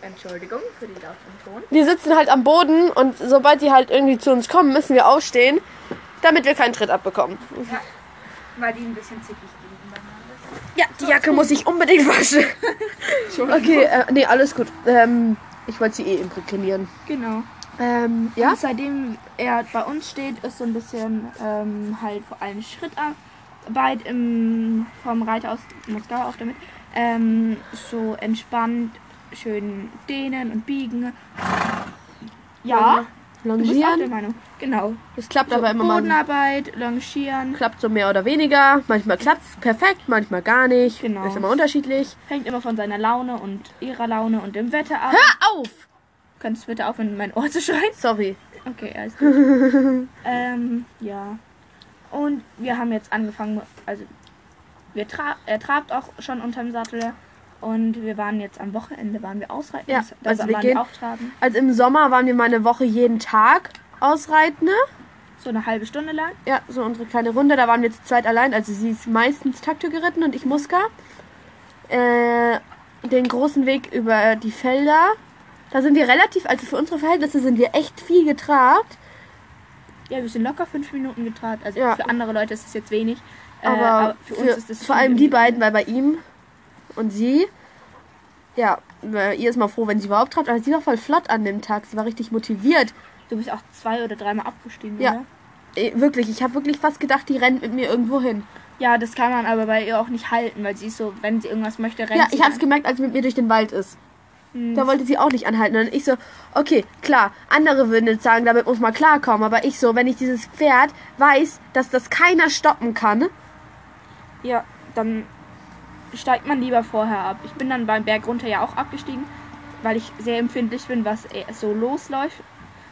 S4: Entschuldigung für den lauten Ton.
S2: Die sitzen halt am Boden und sobald die halt irgendwie zu uns kommen, müssen wir aufstehen, damit wir keinen Tritt abbekommen.
S4: Weil die ein bisschen zickig gegeneinander sind.
S2: Ja, die Jacke muss ich unbedingt waschen. okay, äh, nee, alles gut. Ähm, ich wollte sie eh imprägnieren.
S4: Genau.
S2: Ähm, ja?
S4: Und seitdem er bei uns steht, ist so ein bisschen ähm, halt vor allem Schrittarbeit im, vom Reiter aus Moskau auf damit. Ähm, so entspannt, schön dehnen und biegen. Ja, du bist auch der
S2: Longieren.
S4: Meinung. Genau.
S2: Das klappt aber immer mal.
S4: Bodenarbeit, Longieren,
S2: Klappt so mehr oder weniger. Manchmal klappt's perfekt, manchmal gar nicht.
S4: Genau.
S2: Ist immer unterschiedlich.
S4: hängt immer von seiner Laune und ihrer Laune und dem Wetter ab.
S2: Hör auf!
S4: Kannst du bitte aufhören, in mein Ohr zu schreien?
S2: Sorry.
S4: Okay, alles gut. ähm, ja. Und wir haben jetzt angefangen, also wir tra er trabt auch schon unterm Sattel und wir waren jetzt am Wochenende, waren wir ausreiten,
S2: Ja,
S4: das- das
S2: also wir
S4: waren
S2: gehen-
S4: wir auch traben,
S2: Also im Sommer waren wir mal eine Woche jeden Tag ausreiten, ne?
S4: so eine halbe Stunde lang.
S2: Ja, so unsere kleine Runde. Da waren wir zu zweit allein. Also sie ist meistens Takte geritten und ich Muska. Äh, den großen Weg über die Felder. Da sind wir relativ, also für unsere Verhältnisse sind wir echt viel getrabt.
S4: Ja, wir sind locker fünf Minuten getrabt, also
S2: Ja.
S4: für andere Leute ist es jetzt wenig, äh,
S2: Aber, für, vor
S4: viel.
S2: allem die beiden, weil bei ihm und sie, ja, weil ihr ist mal froh, wenn sie überhaupt trabt. Aber sie war voll flott an dem Tag. Sie war richtig motiviert.
S4: Du bist auch zwei oder dreimal abgestiegen,
S2: Ja.
S4: oder?
S2: Eh, Wirklich, ich habe wirklich fast gedacht, die rennt mit mir irgendwo hin.
S4: Ja, das kann man aber bei ihr auch nicht halten, weil sie ist so, wenn sie irgendwas möchte, rennt
S2: Ja,
S4: sie Hm.
S2: ich hab's
S4: an.
S2: gemerkt, als sie mit mir durch den Wald ist. Da wollte sie auch nicht anhalten. Und ich so, okay, klar, andere würden jetzt sagen, damit muss man klarkommen. Aber ich so, wenn ich dieses Pferd weiß, dass das keiner stoppen kann.
S4: Ja, dann steigt man lieber vorher ab. Ich bin dann beim Berg runter ja auch abgestiegen, weil ich sehr empfindlich bin, was eh- so losläuft,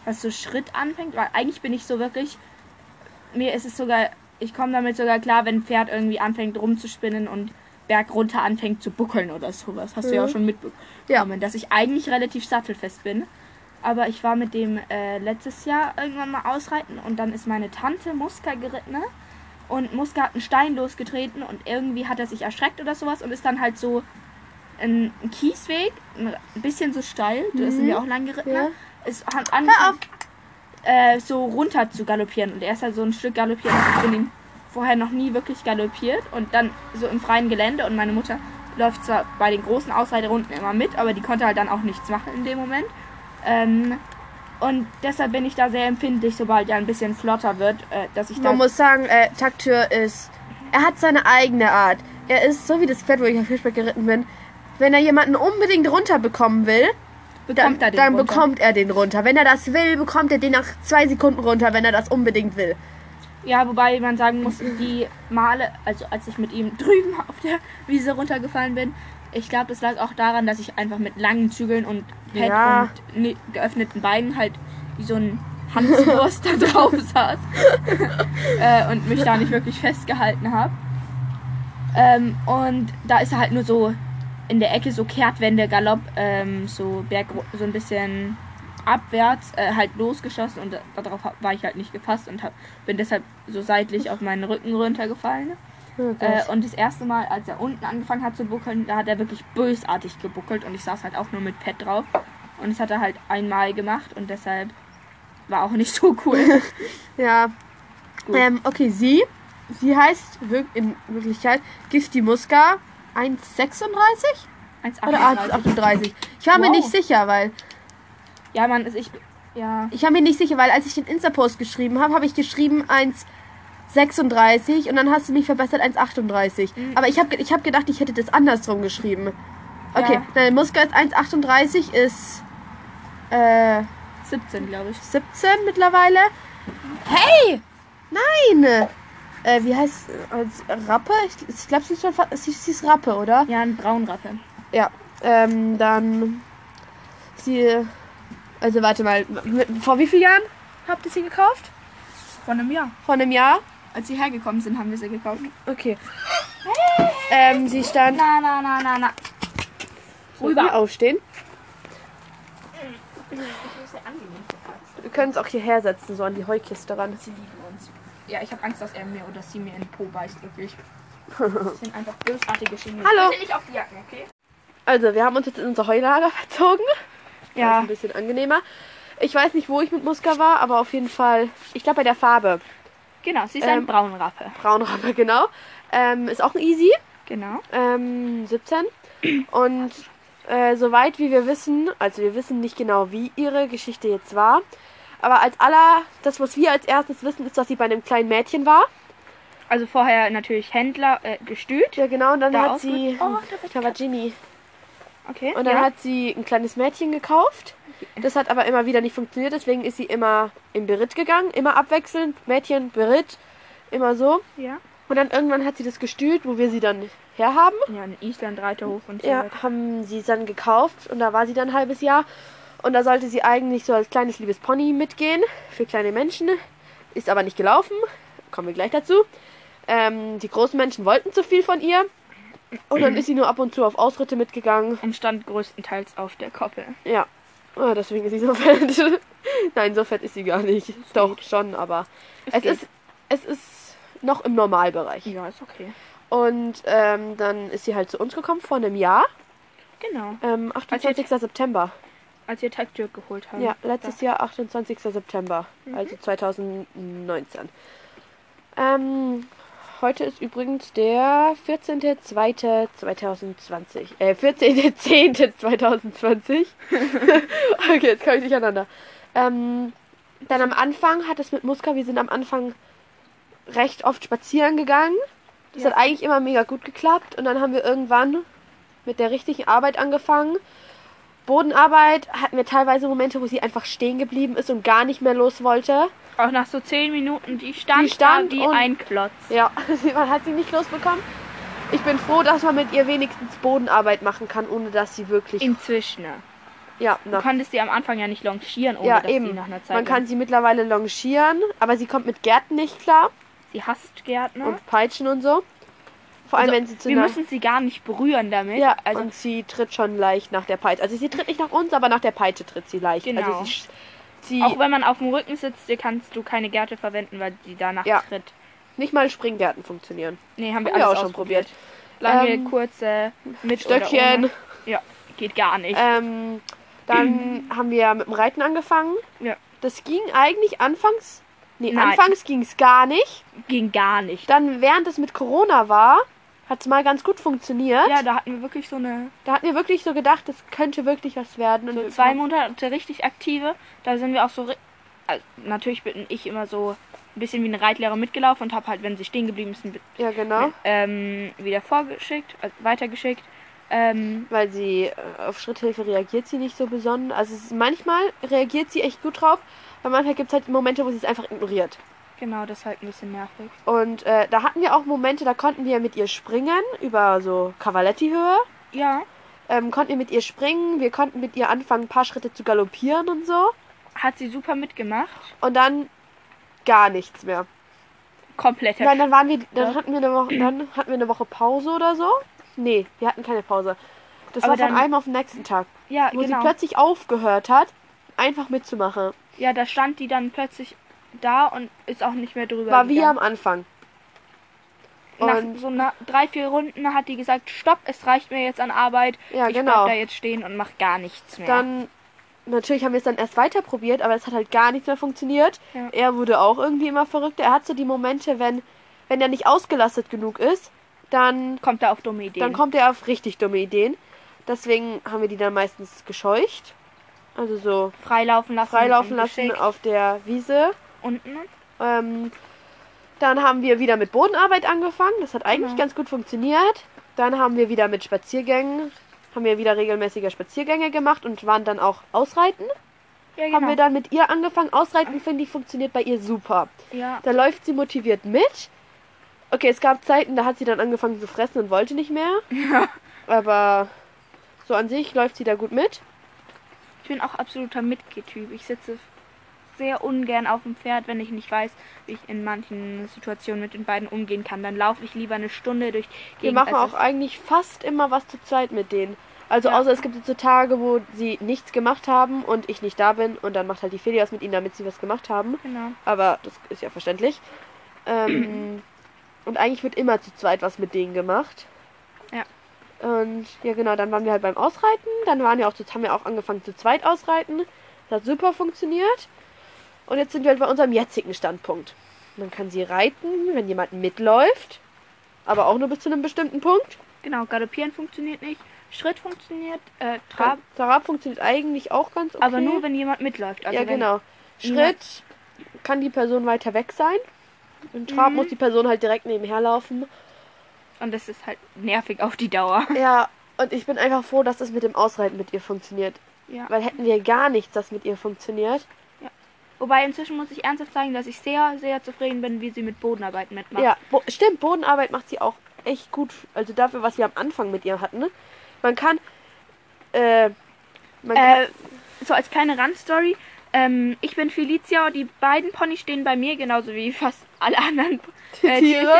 S4: was so Schritt anfängt. Weil eigentlich bin ich so wirklich, mir ist es sogar, ich komme damit sogar klar, wenn ein Pferd irgendwie anfängt rumzuspinnen und Berg runter anfängt zu buckeln oder sowas. Hast du ja
S2: Mhm.
S4: auch schon mitbekommen,
S2: Ja.
S4: dass ich eigentlich relativ sattelfest bin. Aber ich war mit dem äh, letztes Jahr irgendwann mal ausreiten und dann ist meine Tante Muska geritten. Ne? und Muska hat einen Stein losgetreten und irgendwie hat er sich erschreckt oder sowas und ist dann halt so ein ein Kiesweg, ein bisschen so steil, da sind wir auch lang geritten,
S2: Ja.
S4: ne? ist hat angefangen, äh, so runter zu galoppieren und er ist halt so ein Stück galoppiert. Ich bin ihn vorher noch nie wirklich galoppiert und dann so im freien Gelände und meine Mutter läuft zwar bei den großen Ausreiterunden immer mit, aber die konnte halt dann auch nichts machen in dem Moment. Ähm, und deshalb bin ich da sehr empfindlich, sobald er ein bisschen flotter wird, äh, dass ich da
S2: Man muss sagen, äh, Taktür ist, er hat seine eigene Art. Er ist so wie das Pferd, wo ich auf Hirschberg geritten bin. Wenn er jemanden unbedingt runterbekommen will, dann,
S4: bekommt er den
S2: dann
S4: runter.
S2: bekommt er den runter. Wenn er das will, bekommt er den nach zwei Sekunden runter, wenn er das unbedingt will.
S4: Ja, wobei man sagen muss, die Male, also als ich mit ihm drüben auf der Wiese runtergefallen bin, ich glaube, das lag auch daran, dass ich einfach mit langen Zügeln und Pad
S2: Ja.
S4: und ne, geöffneten Beinen halt wie so ein Hanswurst da drauf saß äh, und mich da nicht wirklich festgehalten habe. Ähm, und da ist er halt nur so in der Ecke so Kehrtwende, Galopp, ähm, so Berg, so ein bisschen abwärts äh, halt losgeschossen und da- darauf hab- war ich halt nicht gefasst und hab, bin deshalb so seitlich auf meinen Rücken runtergefallen. Äh, und das erste Mal, als er unten angefangen hat zu buckeln, da hat er wirklich bösartig gebuckelt und ich saß halt auch nur mit Pad drauf. Und das hat er halt einmal gemacht und deshalb War auch nicht so cool.
S2: Ja.
S4: Gut.
S2: Ähm, okay, sie. Sie heißt wirk in Wirklichkeit Gifty Muska 1,36 oder
S4: 1,38.
S2: 1,38. Ich war mir
S4: Wow.
S2: nicht sicher, weil
S4: Ja, Mann, ist ich. Ja.
S2: ich war mir nicht sicher, weil als ich den Insta-Post geschrieben habe, habe ich geschrieben 1,36 und dann hast du mich verbessert 1,38. Aber ich habe ich hab gedacht, ich hätte das andersrum geschrieben. Okay,
S4: Ja.
S2: nein, Muska ist 1,38 ist äh,
S4: 17, glaube ich.
S2: 17 mittlerweile.
S4: Hey!
S2: Nein! Äh, wie heißt äh, Rappe? Ich, ich glaube, sie, ist schon fa- sie, sie ist Rappe, oder?
S4: Ja, ein Braunrappe.
S2: Ja. Ähm, dann. Sie. Also, warte mal. mit- Vor wie vielen Jahren habt ihr sie gekauft?
S4: Von einem Jahr.
S2: Vor einem Jahr?
S4: Als sie hergekommen sind, haben wir sie gekauft.
S2: Okay. Ähm, sie stand.
S4: Na, na, na, na, na.
S2: Sollten wir aufstehen. Wir können es auch hierher setzen, so an die Heukiste ran.
S4: Sie lieben uns. Ja, ich habe Angst, dass er mir oder sie mir in den Po beißt, wirklich. Das sind einfach bösartige Chemie.
S2: Hallo.
S4: Bitte nicht auf die Jacken, okay?
S2: Also, wir haben uns jetzt in unser Heulager verzogen. Ja.
S4: Ja.
S2: Ein bisschen angenehmer. Ich weiß nicht, wo ich mit Muska war, aber auf jeden Fall, ich glaube bei der Farbe.
S4: Genau, sie ist
S2: Ähm,
S4: ein Braunrappe.
S2: Braunrappe, genau. Ähm, ist auch ein Easy,
S4: Genau.
S2: ähm, 17. Und äh, soweit wie wir wissen, also wir wissen nicht genau, wie ihre Geschichte jetzt war. Aber als aller, das, was wir als erstes wissen, ist, dass sie bei einem kleinen Mädchen war.
S4: Also vorher natürlich Händler, äh, Gestüt.
S2: Ja, genau. Und dann
S4: Da
S2: hat
S4: auch
S2: sie.
S4: gut. Oh, da wird
S2: da war Ginny.
S4: Okay.
S2: Und dann
S4: ja.
S2: hat sie ein kleines Mädchen gekauft. Das hat aber immer wieder nicht funktioniert, deswegen ist sie immer im Beritt gegangen, immer abwechselnd, Mädchen, Beritt, immer so.
S4: Ja.
S2: Und dann irgendwann hat sie das Gestüt, wo wir sie dann herhaben.
S4: Ja, in Island, Reiterhof und so
S2: Ja,
S4: weiter.
S2: Äh, haben sie dann gekauft und da war sie dann ein halbes Jahr. Und da sollte sie eigentlich so als kleines liebes Pony mitgehen für kleine Menschen. Ist aber nicht gelaufen. Kommen wir gleich dazu. Ähm, die großen Menschen wollten zu viel von ihr. Und dann ist sie nur ab und zu auf Ausritte mitgegangen.
S4: Und stand größtenteils auf der Koppel.
S2: Ja. Ah, deswegen ist sie so fett. Nein, so fett ist sie gar nicht. Doch, schon, aber es,
S4: geht.
S2: ist, es ist noch im Normalbereich.
S4: Ja, ist okay.
S2: Und ähm, dann ist sie halt zu uns gekommen vor einem Jahr.
S4: Genau.
S2: Ähm, 28. September.
S4: Als wir Tagtür geholt haben.
S2: Ja, letztes Jahr 28. September, also 2019. Ähm, heute ist übrigens der 14.02.2020. Äh, 14.10.2020. okay, jetzt komme ich durcheinander. Ähm, dann am Anfang hat es mit Muska, wir sind am Anfang recht oft spazieren gegangen. Das hat eigentlich immer mega gut geklappt. Und dann haben wir irgendwann mit der richtigen Arbeit angefangen. Bodenarbeit hatten wir teilweise Momente, wo sie einfach stehen geblieben ist und gar nicht mehr los wollte.
S4: Auch nach so zehn Minuten, die stand,
S2: Die stand
S4: da wie
S2: und-
S4: ein Klotz.
S2: Ja, man hat sie nicht losbekommen. Ich bin froh, dass man mit ihr wenigstens Bodenarbeit machen kann, ohne dass sie wirklich.
S4: Inzwischen.
S2: ja,
S4: Du
S2: na,
S4: konntest sie am Anfang ja nicht longieren, ohne
S2: ja
S4: dass sie
S2: eben.
S4: nach einer Zeit.
S2: Man kann sie mittlerweile longieren, aber sie kommt mit Gärten nicht klar
S4: sie hasst Gärtner.
S2: und Peitschen und so. Vor allem,
S4: Also,
S2: wenn sie zu
S4: wir
S2: einer.
S4: müssen sie gar nicht berühren damit.
S2: Ja, also
S4: also
S2: und sie tritt schon leicht nach der Peitsche. Also sie tritt nicht nach uns, aber nach der Peitsche tritt sie leicht.
S4: Genau.
S2: Also sie, sch- sie
S4: auch wenn man auf dem Rücken sitzt, dir kannst du keine Gerte verwenden, weil die danach
S2: Ja.
S4: tritt.
S2: nicht mal Springgärten funktionieren.
S4: Nee, haben wir
S2: Haben wir
S4: alles
S2: auch schon
S4: ausprobiert. Lange,
S2: Ähm,
S4: kurze, mit Oder
S2: Stöckchen.
S4: ohne. Ja, geht gar nicht.
S2: Ähm, dann haben wir mit dem Reiten angefangen.
S4: Ja.
S2: Das ging eigentlich anfangs. Nee,
S4: Nein.
S2: anfangs ging es gar nicht.
S4: Ging gar nicht.
S2: Dann, während es mit Corona war, hat es mal ganz gut funktioniert.
S4: ja, da hatten wir wirklich so eine
S2: Da hatten wir wirklich so gedacht, das könnte wirklich was werden. Und
S4: so
S2: wir-
S4: zwei Monate richtig aktive. Da sind wir auch so. ri- Also, natürlich bin ich immer so ein bisschen wie eine Reitlehrer mitgelaufen und habe halt, wenn sie stehen geblieben ist, ein bi-
S2: Ja, genau.
S4: ähm, wieder vorgeschickt, also weitergeschickt. Ähm,
S2: Weil sie äh, auf Schritthilfe reagiert sie nicht so besonders. Also es ist, manchmal reagiert sie echt gut drauf, aber manchmal gibt es halt Momente, wo sie es einfach ignoriert.
S4: genau, das ist halt ein bisschen nervig.
S2: Und äh, da hatten wir auch Momente, da konnten wir mit ihr springen über so Cavaletti-Höhe.
S4: Ja,
S2: ähm, konnten wir mit ihr springen, wir konnten mit ihr anfangen, ein paar Schritte zu galoppieren und so.
S4: hat sie super mitgemacht.
S2: Und dann gar nichts mehr.
S4: Komplett.
S2: Nein, dann waren wir, dann
S4: Ja.
S2: hatten wir eine Woche, dann hatten wir eine Woche Pause oder so. Nee, wir hatten keine Pause. Das
S4: Aber
S2: war von
S4: dann-
S2: einem auf den nächsten Tag,
S4: ja,
S2: wo sie
S4: genau.
S2: plötzlich aufgehört hat, einfach mitzumachen.
S4: Ja, da stand die dann plötzlich da und ist auch nicht mehr drüber.
S2: War wie
S4: gegangen.
S2: am Anfang.
S4: Nach
S2: und-
S4: so na, drei, vier Runden hat die gesagt, stopp, es reicht mir jetzt an Arbeit.
S2: Ja,
S4: ich
S2: genau.
S4: bleib da jetzt stehen und mach gar nichts mehr.
S2: Dann natürlich haben wir es dann erst weiter probiert, aber es hat halt gar nichts mehr funktioniert.
S4: Ja.
S2: Er wurde auch irgendwie immer verrückter. Er hat so die Momente, wenn, wenn er nicht ausgelastet genug ist, dann,
S4: Kommt da auf dumme Ideen.
S2: dann kommt er auf richtig dumme Ideen. Deswegen haben wir die dann meistens gescheucht. Also so
S4: freilaufen lassen.
S2: freilaufen
S4: und
S2: lassen
S4: geschickt
S2: auf der Wiese.
S4: Unten.
S2: Ähm, dann haben wir wieder mit Bodenarbeit angefangen. Das hat eigentlich
S4: Genau.
S2: ganz gut funktioniert. Dann haben wir wieder mit Spaziergängen, haben wir wieder regelmäßige Spaziergänge gemacht und waren dann auch ausreiten.
S4: Ja, genau.
S2: Haben wir dann mit ihr angefangen. Ausreiten finde ich funktioniert bei ihr super.
S4: ja.
S2: Da läuft sie motiviert mit. Okay, es gab Zeiten, da hat sie dann angefangen zu fressen und wollte nicht mehr. Aber so an sich läuft sie da gut mit.
S4: Ich bin auch absoluter Mitgehtyp. Ich sitze sehr ungern auf dem Pferd, wenn ich nicht weiß, wie ich in manchen Situationen mit den beiden umgehen kann. Dann laufe ich lieber eine Stunde durch die
S2: Wir
S4: Gegend,
S2: machen
S4: als
S2: auch eigentlich fast immer was zu zweit mit denen. Also
S4: also Ja.
S2: außer es gibt jetzt so Tage, wo sie nichts gemacht haben und ich nicht da bin und dann macht halt die Feli was mit ihnen, damit sie was gemacht haben.
S4: das- Genau.
S2: Aber das ist ja verständlich. Ähm, und eigentlich wird immer zu zweit was mit denen gemacht.
S4: Ja.
S2: Und ja genau, dann waren wir halt beim Ausreiten. Dann waren wir auch, zu- haben wir auch angefangen zu zweit ausreiten. Das hat super funktioniert. Und jetzt sind wir halt bei unserem jetzigen Standpunkt. Man kann sie reiten, wenn jemand mitläuft. Aber auch nur bis zu einem bestimmten Punkt.
S4: Genau, Galoppieren funktioniert nicht. Schritt funktioniert, äh, Trab,
S2: Sarab funktioniert eigentlich auch ganz Halt, okay.
S4: aber nur wenn jemand mitläuft. Also
S2: ja,
S4: wenn-
S2: genau.
S4: niemand-
S2: Schritt kann die Person weiter weg sein. Und Trab muss die Person halt direkt nebenher laufen.
S4: Und das ist halt nervig auf die Dauer.
S2: Ja, und ich bin einfach froh, dass das mit dem Ausreiten mit ihr funktioniert.
S4: Ja.
S2: Weil hätten wir gar nichts, das mit ihr funktioniert.
S4: Wobei inzwischen muss ich ernsthaft sagen, dass ich sehr, sehr zufrieden bin, wie sie mit Bodenarbeiten mitmacht.
S2: Ja, bo stimmt, Bodenarbeit macht sie auch echt gut. Also dafür, was wir am Anfang mit ihr hatten. Ne? Man kann. Äh, man
S4: Äh, so als kleine Randstory. Ähm, ich bin Felicia, die beiden Ponys stehen bei mir, genauso wie fast alle anderen äh, Tiere.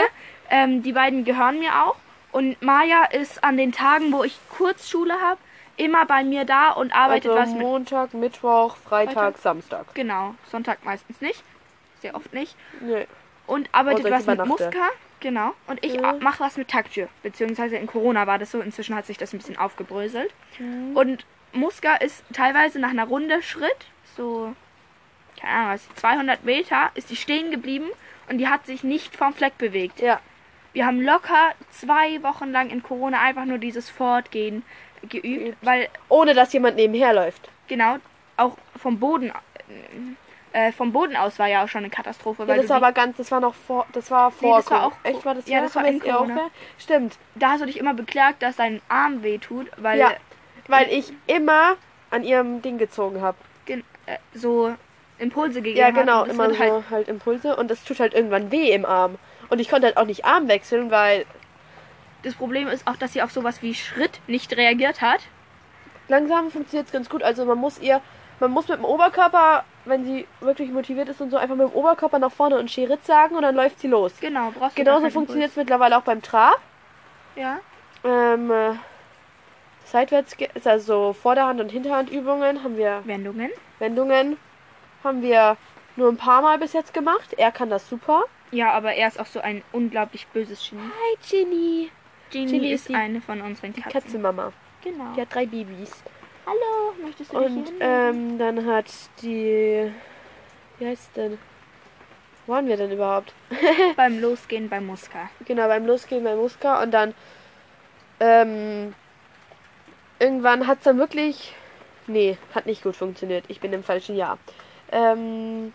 S4: Ähm, die beiden gehören mir auch. Und Maya ist an den Tagen, wo ich Kurzschule habe, immer bei mir da und arbeitet
S2: also
S4: was mit.
S2: Montag, Mittwoch, Freitag,
S4: Freitag?
S2: Samstag.
S4: Genau, Sonntag meistens nicht. Sehr oft nicht.
S2: Nee.
S4: Und arbeitet
S2: Oder ich
S4: was mit
S2: übernachte.
S4: Muska. Genau. Und ich
S2: Ja.
S4: mache was mit Taktür. Beziehungsweise in Corona war das so. Inzwischen hat sich das ein bisschen aufgebröselt. Und Muska ist teilweise nach einer Runde Schritt, so, keine Ahnung was, 200 Meter, ist die stehen geblieben und die hat sich nicht vom Fleck bewegt.
S2: Ja.
S4: Wir haben locker zwei Wochen lang in Corona einfach nur dieses Fortgehen geübt, weil
S2: Ohne dass jemand nebenher läuft.
S4: genau auch vom Boden äh, vom Boden aus war ja auch schon eine Katastrophe,
S2: Ja,
S4: weil
S2: das
S4: du
S2: war
S4: die-
S2: aber ganz, das war noch vor, das war vor
S4: das war
S2: Corona.
S4: auch-
S2: echt war das
S4: ja, das war
S2: war
S4: in
S2: jetzt eher auch
S4: Corona.
S2: mehr? Stimmt,
S4: da hast du dich immer beklagt, dass dein Arm wehtut, weil
S2: ja, weil ich immer an ihrem Ding gezogen habe.
S4: gen- äh, so Impulse gegeben
S2: Ja,
S4: hat und
S2: genau,
S4: das
S2: immer
S4: wird
S2: so
S4: halt
S2: halt, Impulse und das tut halt irgendwann weh im Arm. Und ich konnte halt auch nicht Arm wechseln, weil
S4: Das Problem ist auch, dass sie auf sowas wie Schritt nicht reagiert hat.
S2: langsam funktioniert es ganz gut. Also man muss ihr, man muss mit dem Oberkörper, wenn sie wirklich motiviert ist und so, einfach mit dem Oberkörper nach vorne und Schiritz sagen und dann läuft sie los.
S4: Genau, brauchst du gar
S2: Genauso
S4: keinen
S2: funktioniert es mittlerweile auch beim Trab.
S4: Impuls. Ja.
S2: Ähm, äh, seitwärts, ge- also Vorderhand- und Hinterhandübungen haben wir
S4: Wendungen.
S2: Wendungen haben wir nur ein paar Mal bis jetzt gemacht. Er kann das super.
S4: Ja, aber er ist auch so ein unglaublich böses Genie.
S2: Hi, Ginny.
S4: Genie,
S2: Genie ist
S4: ist
S2: die-
S4: eine von unseren
S2: Die
S4: Katzen.
S2: Katzenmama.
S4: Genau. äh,
S2: Die hat drei Babys.
S4: Hallo, möchtest du dich
S2: Und
S4: hier hinlegen?
S2: ähm, dann hat die. Wie heißt denn? Wo waren wir denn überhaupt?
S4: beim Losgehen bei Muska.
S2: Genau, beim Losgehen bei Muska und dann. Ähm, irgendwann hat es dann wirklich. Nee, hat nicht gut funktioniert. Ich bin im falschen Jahr. Ähm,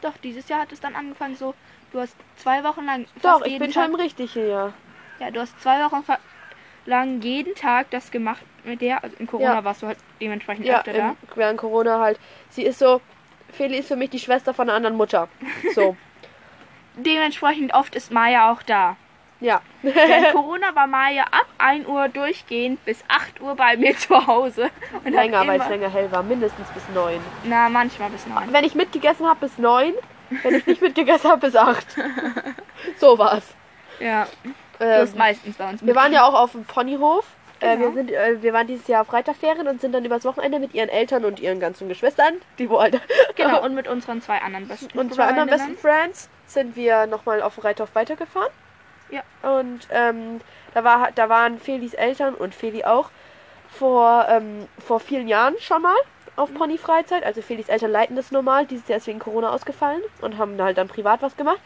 S4: Doch, dieses Jahr hat es dann angefangen so, du hast zwei Wochen lang fast
S2: doch, ich
S4: jeden
S2: bin schon
S4: Tag,
S2: im richtigen Jahr.
S4: Ja, du hast zwei Wochen fa- lang jeden Tag das gemacht mit der. Also in Corona
S2: Ja.
S4: warst du halt dementsprechend
S2: Ja, ähm,
S4: öfter da.
S2: im, während Corona halt. Sie ist so, Feli ist für mich die Schwester von einer anderen Mutter. So,
S4: Dementsprechend oft ist Maya auch da.
S2: ja.
S4: Während Corona war Maya ab 1 Uhr durchgehend bis 8 Uhr bei mir zu Hause. Und hat
S2: länger, weil es
S4: immer-
S2: länger hell war. Mindestens bis neun.
S4: Na, manchmal bis 9.
S2: Wenn ich mitgegessen habe, bis neun. Wenn ich nicht mitgegessen habe, bis acht. So war's.
S4: Ja, du
S2: Ähm,
S4: bist meistens bei uns.
S2: wir waren ja auch auf dem Ponyhof. Äh, wir,
S4: Genau.
S2: sind, äh, wir waren dieses Jahr auf Reiterferien und sind dann übers Wochenende mit ihren Eltern und ihren ganzen Geschwistern, die wohl alle-
S4: Genau, und mit unseren zwei anderen besten
S2: und zwei anderen besten
S4: Freundinnen.
S2: Friends sind wir nochmal auf dem Reithof weitergefahren.
S4: Ja.
S2: Und ähm, da, war, da waren Felis Eltern und Feli auch vor, ähm, vor vielen Jahren schon mal auf Ponyfreizeit. Also Felis Eltern leiten das normal. Dieses Jahr ist wegen Corona ausgefallen und haben halt dann privat was gemacht.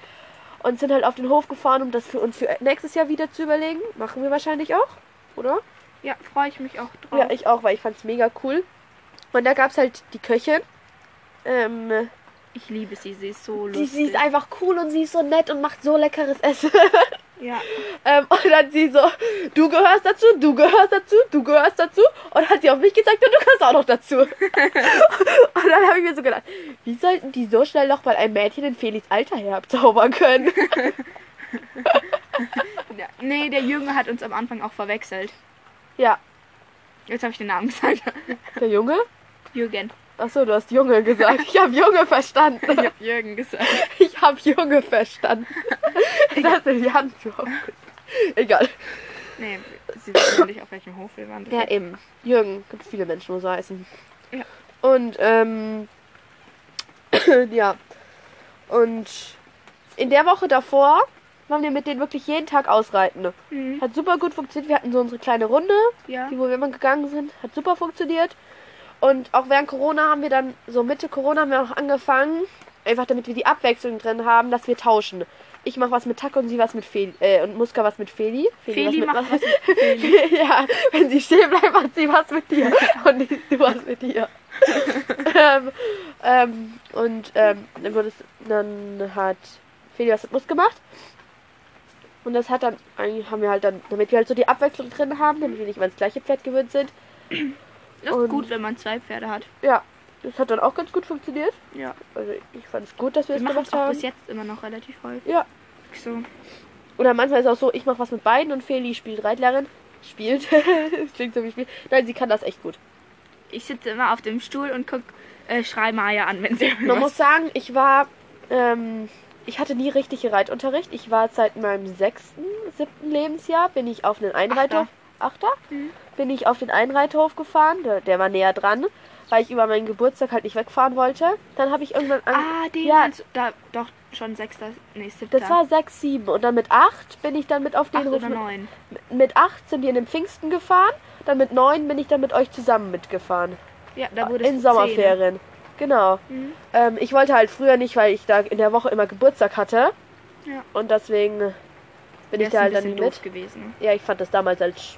S2: Und sind halt auf den Hof gefahren, um das für uns für nächstes Jahr wieder zu überlegen. Machen wir wahrscheinlich auch, oder?
S4: Ja, freue ich mich auch drauf.
S2: Ja, ich auch, weil ich fand's mega cool. Und da gab's halt die Köchin. Ähm,
S4: Ich liebe sie, sie ist so
S2: die,
S4: lustig.
S2: sie ist einfach cool und sie ist so nett und macht so leckeres Essen.
S4: ja.
S2: Ähm, und dann sie so, du gehörst dazu, du gehörst dazu, du gehörst dazu. Und hat sie auf mich gezeigt und du gehörst auch noch dazu. und dann habe ich mir so gedacht, wie sollten die so schnell noch mal ein Mädchen in Felis Alter herzaubern können?
S4: ja. Nee, der Jünger hat uns am Anfang auch verwechselt.
S2: ja,
S4: Jetzt habe ich den Namen gesagt.
S2: der Junge?
S4: Jürgen.
S2: Achso, du hast Junge gesagt. Ich habe Junge verstanden.
S4: Ich habe Jürgen gesagt.
S2: Ich habe Junge verstanden. Das ist die Hand zu Egal.
S4: Nee, sie wissen nicht, auf welchem Hof wir waren.
S2: Ja, eben. Jürgen, gibt viele Menschen, wo sie heißen.
S4: Ja.
S2: Und, ähm, ja. Und in der Woche davor waren wir mit denen wirklich jeden Tag ausreiten.
S4: Mhm.
S2: Hat super gut funktioniert. Wir hatten so unsere kleine Runde,
S4: Ja.
S2: die wo wir immer gegangen sind, hat super funktioniert. Und auch während Corona haben wir dann, so Mitte Corona haben wir auch angefangen, einfach damit wir die Abwechslung drin haben, dass wir tauschen. Ich mache was mit Tak und sie was mit Feli, äh, und Muska was mit Feli. was
S4: Feli
S2: mit-
S4: macht was mit Feli.
S2: ja, wenn sie stehen bleibt, macht sie was mit dir. Und nicht du was mit dir. ähm, ähm, und ähm, dann, wurde es, dann hat Feli was mit Muss gemacht. Und das hat dann, eigentlich haben wir halt dann, damit wir halt so die Abwechslung drin haben, damit wir nicht mal ins gleiche Pferd gewöhnt sind.
S4: Das
S2: Und-
S4: ist gut, wenn man zwei Pferde hat.
S2: Ja, das hat dann auch ganz gut funktioniert.
S4: Ja.
S2: Also ich fand es gut, dass wir
S4: Wir
S2: es
S4: machen es
S2: gemacht
S4: auch
S2: haben.
S4: bis jetzt immer noch relativ häufig.
S2: Ja.
S4: So.
S2: Oder manchmal ist es auch so, ich mache was mit beiden und Feli spielt Reitlerin. Spielt. das klingt so wie Spiel. Nein, sie kann das echt gut.
S4: Ich sitze immer auf dem Stuhl und guck, äh, schrei Maya an, wenn sie
S2: Man
S4: irgendwas
S2: muss sagen, ich war, ähm, ich hatte nie richtig Reitunterricht. Ich war seit meinem sechsten, siebten Lebensjahr, bin ich auf den Einreithof, achter, Mhm. bin ich auf den Einreithof gefahren, der, der war näher dran, weil ich über meinen Geburtstag halt nicht wegfahren wollte. Dann habe ich irgendwann, an,
S4: Ah, den
S2: Ja.
S4: meinst du- da, doch, schon sechster, nee, siebter.
S2: das war sechs, sieben und dann mit acht bin ich dann mit auf
S4: acht
S2: den Hof.
S4: oder neun.
S2: Mit, mit acht sind wir in den Pfingsten gefahren, dann mit neun bin ich dann mit euch zusammen mitgefahren.
S4: Ja, da wurde um
S2: in Sommerferien. Genau.
S4: Mhm.
S2: Ähm, ich wollte halt früher nicht, weil ich da in der Woche immer Geburtstag hatte.
S4: Ja.
S2: Und deswegen bin
S4: Bin
S2: ich da halt dann
S4: ein
S2: nie
S4: bisschen doof
S2: mit.
S4: gewesen.
S2: Ja, ich fand das damals halt sch-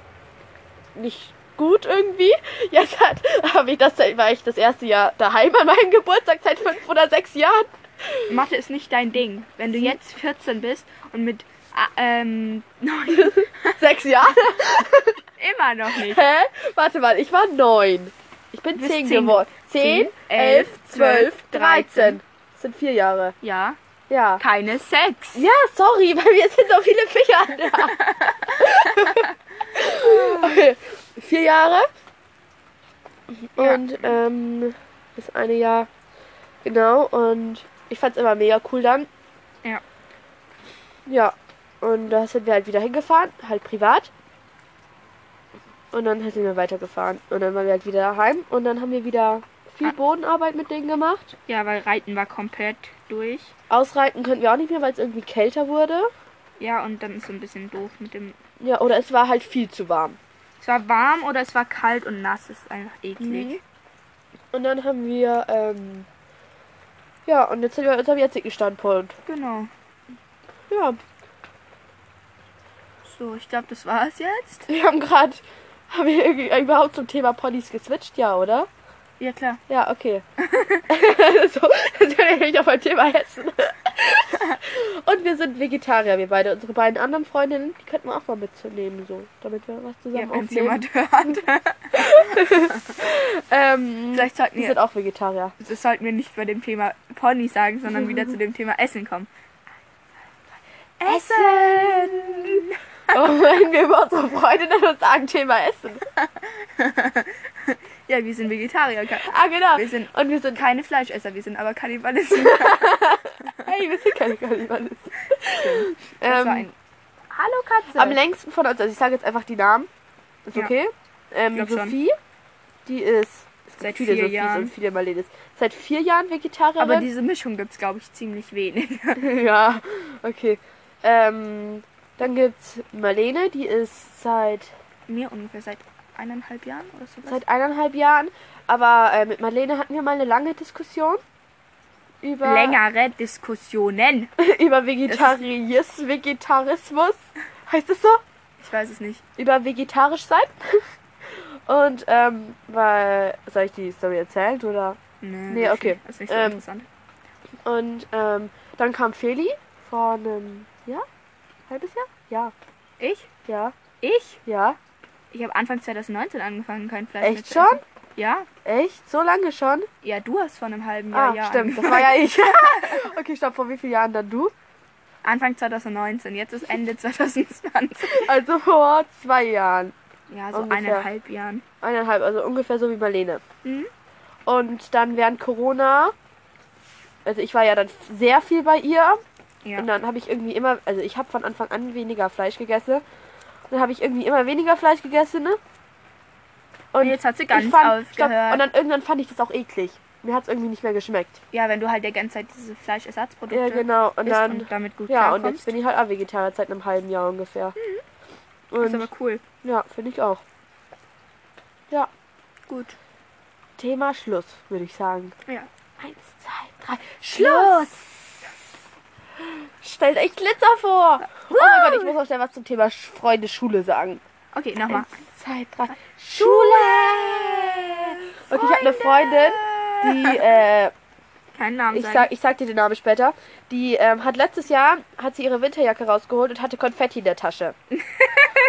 S2: nicht gut irgendwie. Jetzt hat, hab ich das, war ich das erste Jahr daheim an meinem Geburtstag seit fünf oder sechs Jahren.
S4: Mathe ist nicht dein Ding. Wenn du jetzt 14 bist und mit ah, ähm, neun,
S2: Sechs Jahre?
S4: immer noch nicht.
S2: Hä? Warte mal, ich war neun. Ich bin
S4: Du bist
S2: zehn
S4: zehn.
S2: geworden. Zehn,
S4: Zehn,
S2: elf,
S4: elf,
S2: zwölf,
S4: zwölf,
S2: dreizehn. Das sind vier Jahre.
S4: Ja,
S2: Ja.
S4: keine Sex.
S2: Ja, sorry, bei mir sind so viele Finger da. okay. Vier Jahre. Und ähm, das eine Jahr. Genau, und ich fand's immer mega cool dann.
S4: Ja.
S2: Ja, und da sind wir halt wieder hingefahren, halt privat. Und dann sind wir weitergefahren. Und dann waren wir halt wieder daheim. Und dann haben wir wieder viel
S4: Ah.
S2: Bodenarbeit mit denen gemacht.
S4: Ja, weil Reiten war komplett durch.
S2: Ausreiten könnten wir auch nicht mehr, weil es irgendwie kälter wurde.
S4: Ja, und dann ist so ein bisschen doof mit dem.
S2: Ja, oder es war halt viel zu warm.
S4: Es war warm oder es war kalt und nass, ist einfach eklig.
S2: Und dann haben wir, ähm, ja, und jetzt sind wir unserem jetzigen Standpunkt.
S4: Genau.
S2: Ja,
S4: So, ich glaube, das war's jetzt.
S2: wir haben gerade, haben wir irgendwie überhaupt zum Thema Ponys geswitcht, ja, oder?
S4: Ja, klar.
S2: Ja, okay. so, das wäre nämlich auf ein Thema Hessen. und wir sind Vegetarier, wir beide. Unsere beiden anderen Freundinnen, die könnten wir auch mal mitnehmen, so, damit wir was zusammen
S4: Ja, wenn
S2: aufnehmen.
S4: jemand hört.
S2: Ähm,
S4: Vielleicht sollten
S2: die
S4: wir,
S2: sind auch Vegetarier.
S4: das sollten wir nicht bei dem Thema Pony sagen, sondern wieder zu dem Thema Essen kommen. Essen!
S2: Warum reden Oh, wir über unsere Freundinnen und sagen Thema Essen?
S4: Ja, wir sind Vegetarier. ke-
S2: Ah, genau.
S4: Wir sind
S2: Und wir sind
S4: keine Fleischesser, wir sind aber Kannibalisten.
S2: Hey, wir sind keine Kannibalisten.
S4: Das war
S2: Ähm,
S4: ein Hallo Katze.
S2: am längsten von uns, also ich sage jetzt einfach die Namen. Ist
S4: Ja.
S2: okay. Ähm,
S4: Glaub schon.
S2: Sophie, die ist es gibt
S4: Seit
S2: viele
S4: vier
S2: Sophies
S4: Jahren.
S2: und viele Marlenes. Seit vier Jahren Vegetarierin.
S4: aber diese Mischung gibt's glaube ich, ziemlich wenig.
S2: ja, okay. Ähm, dann gibt's Marlene, die ist seit
S4: Mir ungefähr seit eineinhalb Jahren oder so.
S2: seit eineinhalb Jahren. Aber äh, mit Marlene hatten wir mal eine lange Diskussion über,
S4: Längere Diskussionen.
S2: über Vegetaris, Vegetarismus. Heißt es so?
S4: Ich weiß es nicht.
S2: Über vegetarisch sein. Und ähm, weil. Soll ich die Story erzählen oder? Nee,
S4: das
S2: okay.
S4: Ist nicht so
S2: Ähm,
S4: interessant.
S2: Und ähm, dann kam Feli vor einem Jahr? Halbes Jahr? Ja.
S4: Ich?
S2: Ja.
S4: Ich?
S2: Ja.
S4: Ich habe Anfang 2019 angefangen, kein Fleisch mehr
S2: Echt
S4: zu
S2: schon?
S4: essen. Ja.
S2: Echt? So lange schon?
S4: Ja, du hast vor einem halben Jahr.
S2: ah,
S4: ja,
S2: stimmt. Das
S4: angefangen.
S2: war ja ich. okay, stopp. Vor wie vielen Jahren dann du?
S4: Anfang 2019, jetzt ist Ende 2020.
S2: Also vor zwei Jahren.
S4: Ja, so
S2: Ungefähr.
S4: eineinhalb Jahren.
S2: Eineinhalb, also ungefähr so wie Marlene.
S4: Mhm.
S2: Und dann während Corona, also ich war ja dann sehr viel bei ihr.
S4: Ja.
S2: Und dann habe ich irgendwie immer, also ich habe von Anfang an weniger Fleisch gegessen. Und dann habe ich irgendwie immer weniger Fleisch gegessen, ne?
S4: Und jetzt hat sie ganz
S2: ich fand, stopp,
S4: aufgehört.
S2: und dann irgendwann fand ich das auch eklig. Mir hat es irgendwie nicht mehr geschmeckt.
S4: ja, wenn du halt die ganze Zeit diese Fleischersatzprodukte
S2: Ja, genau. Und
S4: isst
S2: dann,
S4: und damit gut
S2: ja, und jetzt
S4: klarkommst.
S2: bin ich halt auch Vegetarier seit einem halben Jahr ungefähr.
S4: Mhm. ist
S2: Und
S4: aber cool.
S2: ja, finde ich auch. Ja,
S4: Gut.
S2: Thema Schluss, würde ich sagen.
S4: Ja.
S2: Eins, zwei, drei. Schluss! Stellt euch Glitzer vor! Oh mein Gott, ich muss noch schnell was zum Thema Sch- Freunde Schule sagen.
S4: Okay, nochmal.
S2: Zwei, drei. Schule! Okay, ich habe eine Freundin, die, äh,
S4: Keinen Namen
S2: ich
S4: sagen.
S2: sag, ich sag dir den Namen später, die ähm, hat letztes Jahr, hat sie ihre Winterjacke rausgeholt und hatte Konfetti in der Tasche.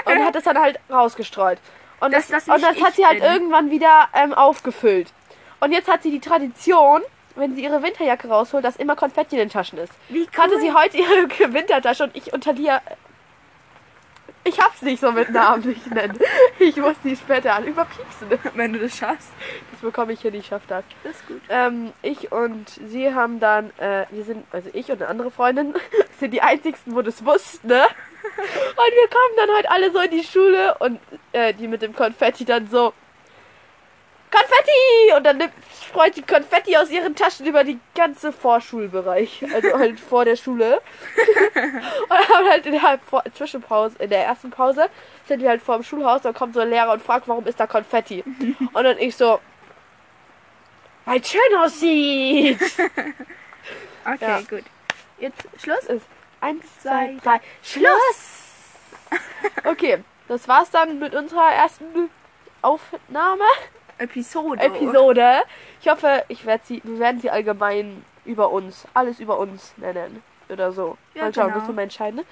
S2: und hat das dann halt rausgestreut. Und
S4: Dass
S2: das,
S4: das
S2: und
S4: nicht
S2: das hat
S4: ich
S2: sie halt
S4: bin.
S2: irgendwann wieder ähm, aufgefüllt. Und jetzt hat sie die Tradition, wenn sie ihre Winterjacke rausholt, dass immer Konfetti in den Taschen ist.
S4: Wie cool.
S2: Hatte sie heute ihre Wintertasche und ich unter dir. Ich hab's nicht so mit Namen nicht nennen. Ich muss die später alle überpieksen.
S4: wenn du das schaffst.
S2: Das bekomme ich hin, ich schaff das.
S4: Das ist gut.
S2: Ähm, ich und sie haben dann, äh, wir sind, also ich und eine andere Freundin sind die einzigsten, wo das wussten, ne? Und wir kamen dann heute alle so in die Schule und äh, die mit dem Konfetti dann so Konfetti! Und dann nimmt, freut die Konfetti aus ihren Taschen über die ganze Vorschulbereich, also halt vor der Schule. und haben halt in der Vor Zwischenpause, in der ersten Pause sind wir halt vor dem Schulhaus, dann kommt so ein Lehrer und fragt, warum ist da Konfetti? und dann ich so, weil es schön aussieht.
S4: Okay,
S2: Ja.
S4: gut. Jetzt Schluss?
S2: ist eins,
S4: zwei,
S2: zwei, drei, Schluss! Okay, das war's dann mit unserer ersten Aufnahme,
S4: Episode.
S2: Episode. Ich hoffe, ich werd sie, wir werden sie allgemein über uns, alles über uns nennen oder so.
S4: Ja,
S2: Mal schauen,
S4: genau.
S2: müssen wir mal entscheiden. ne?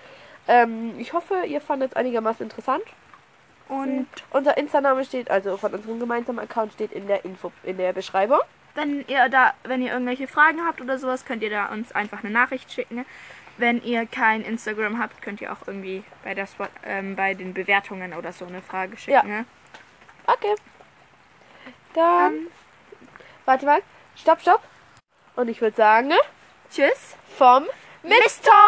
S2: Ähm, ich hoffe, ihr fandet es einigermaßen interessant.
S4: Und
S2: Unser Insta-Name steht, also von unserem gemeinsamen Account steht in der Info, in der Beschreibung.
S4: wenn ihr da, wenn ihr irgendwelche Fragen habt oder sowas, könnt ihr da uns einfach eine Nachricht schicken. Wenn ihr kein Instagram habt, könnt ihr auch irgendwie bei der Spot, ähm, bei den Bewertungen oder so eine Frage schicken.
S2: Ja.
S4: Ne?
S2: Okay. Dann. Warte mal. Stopp, stopp. Und ich würde sagen,
S4: Tschüss.
S2: vom Mistalk!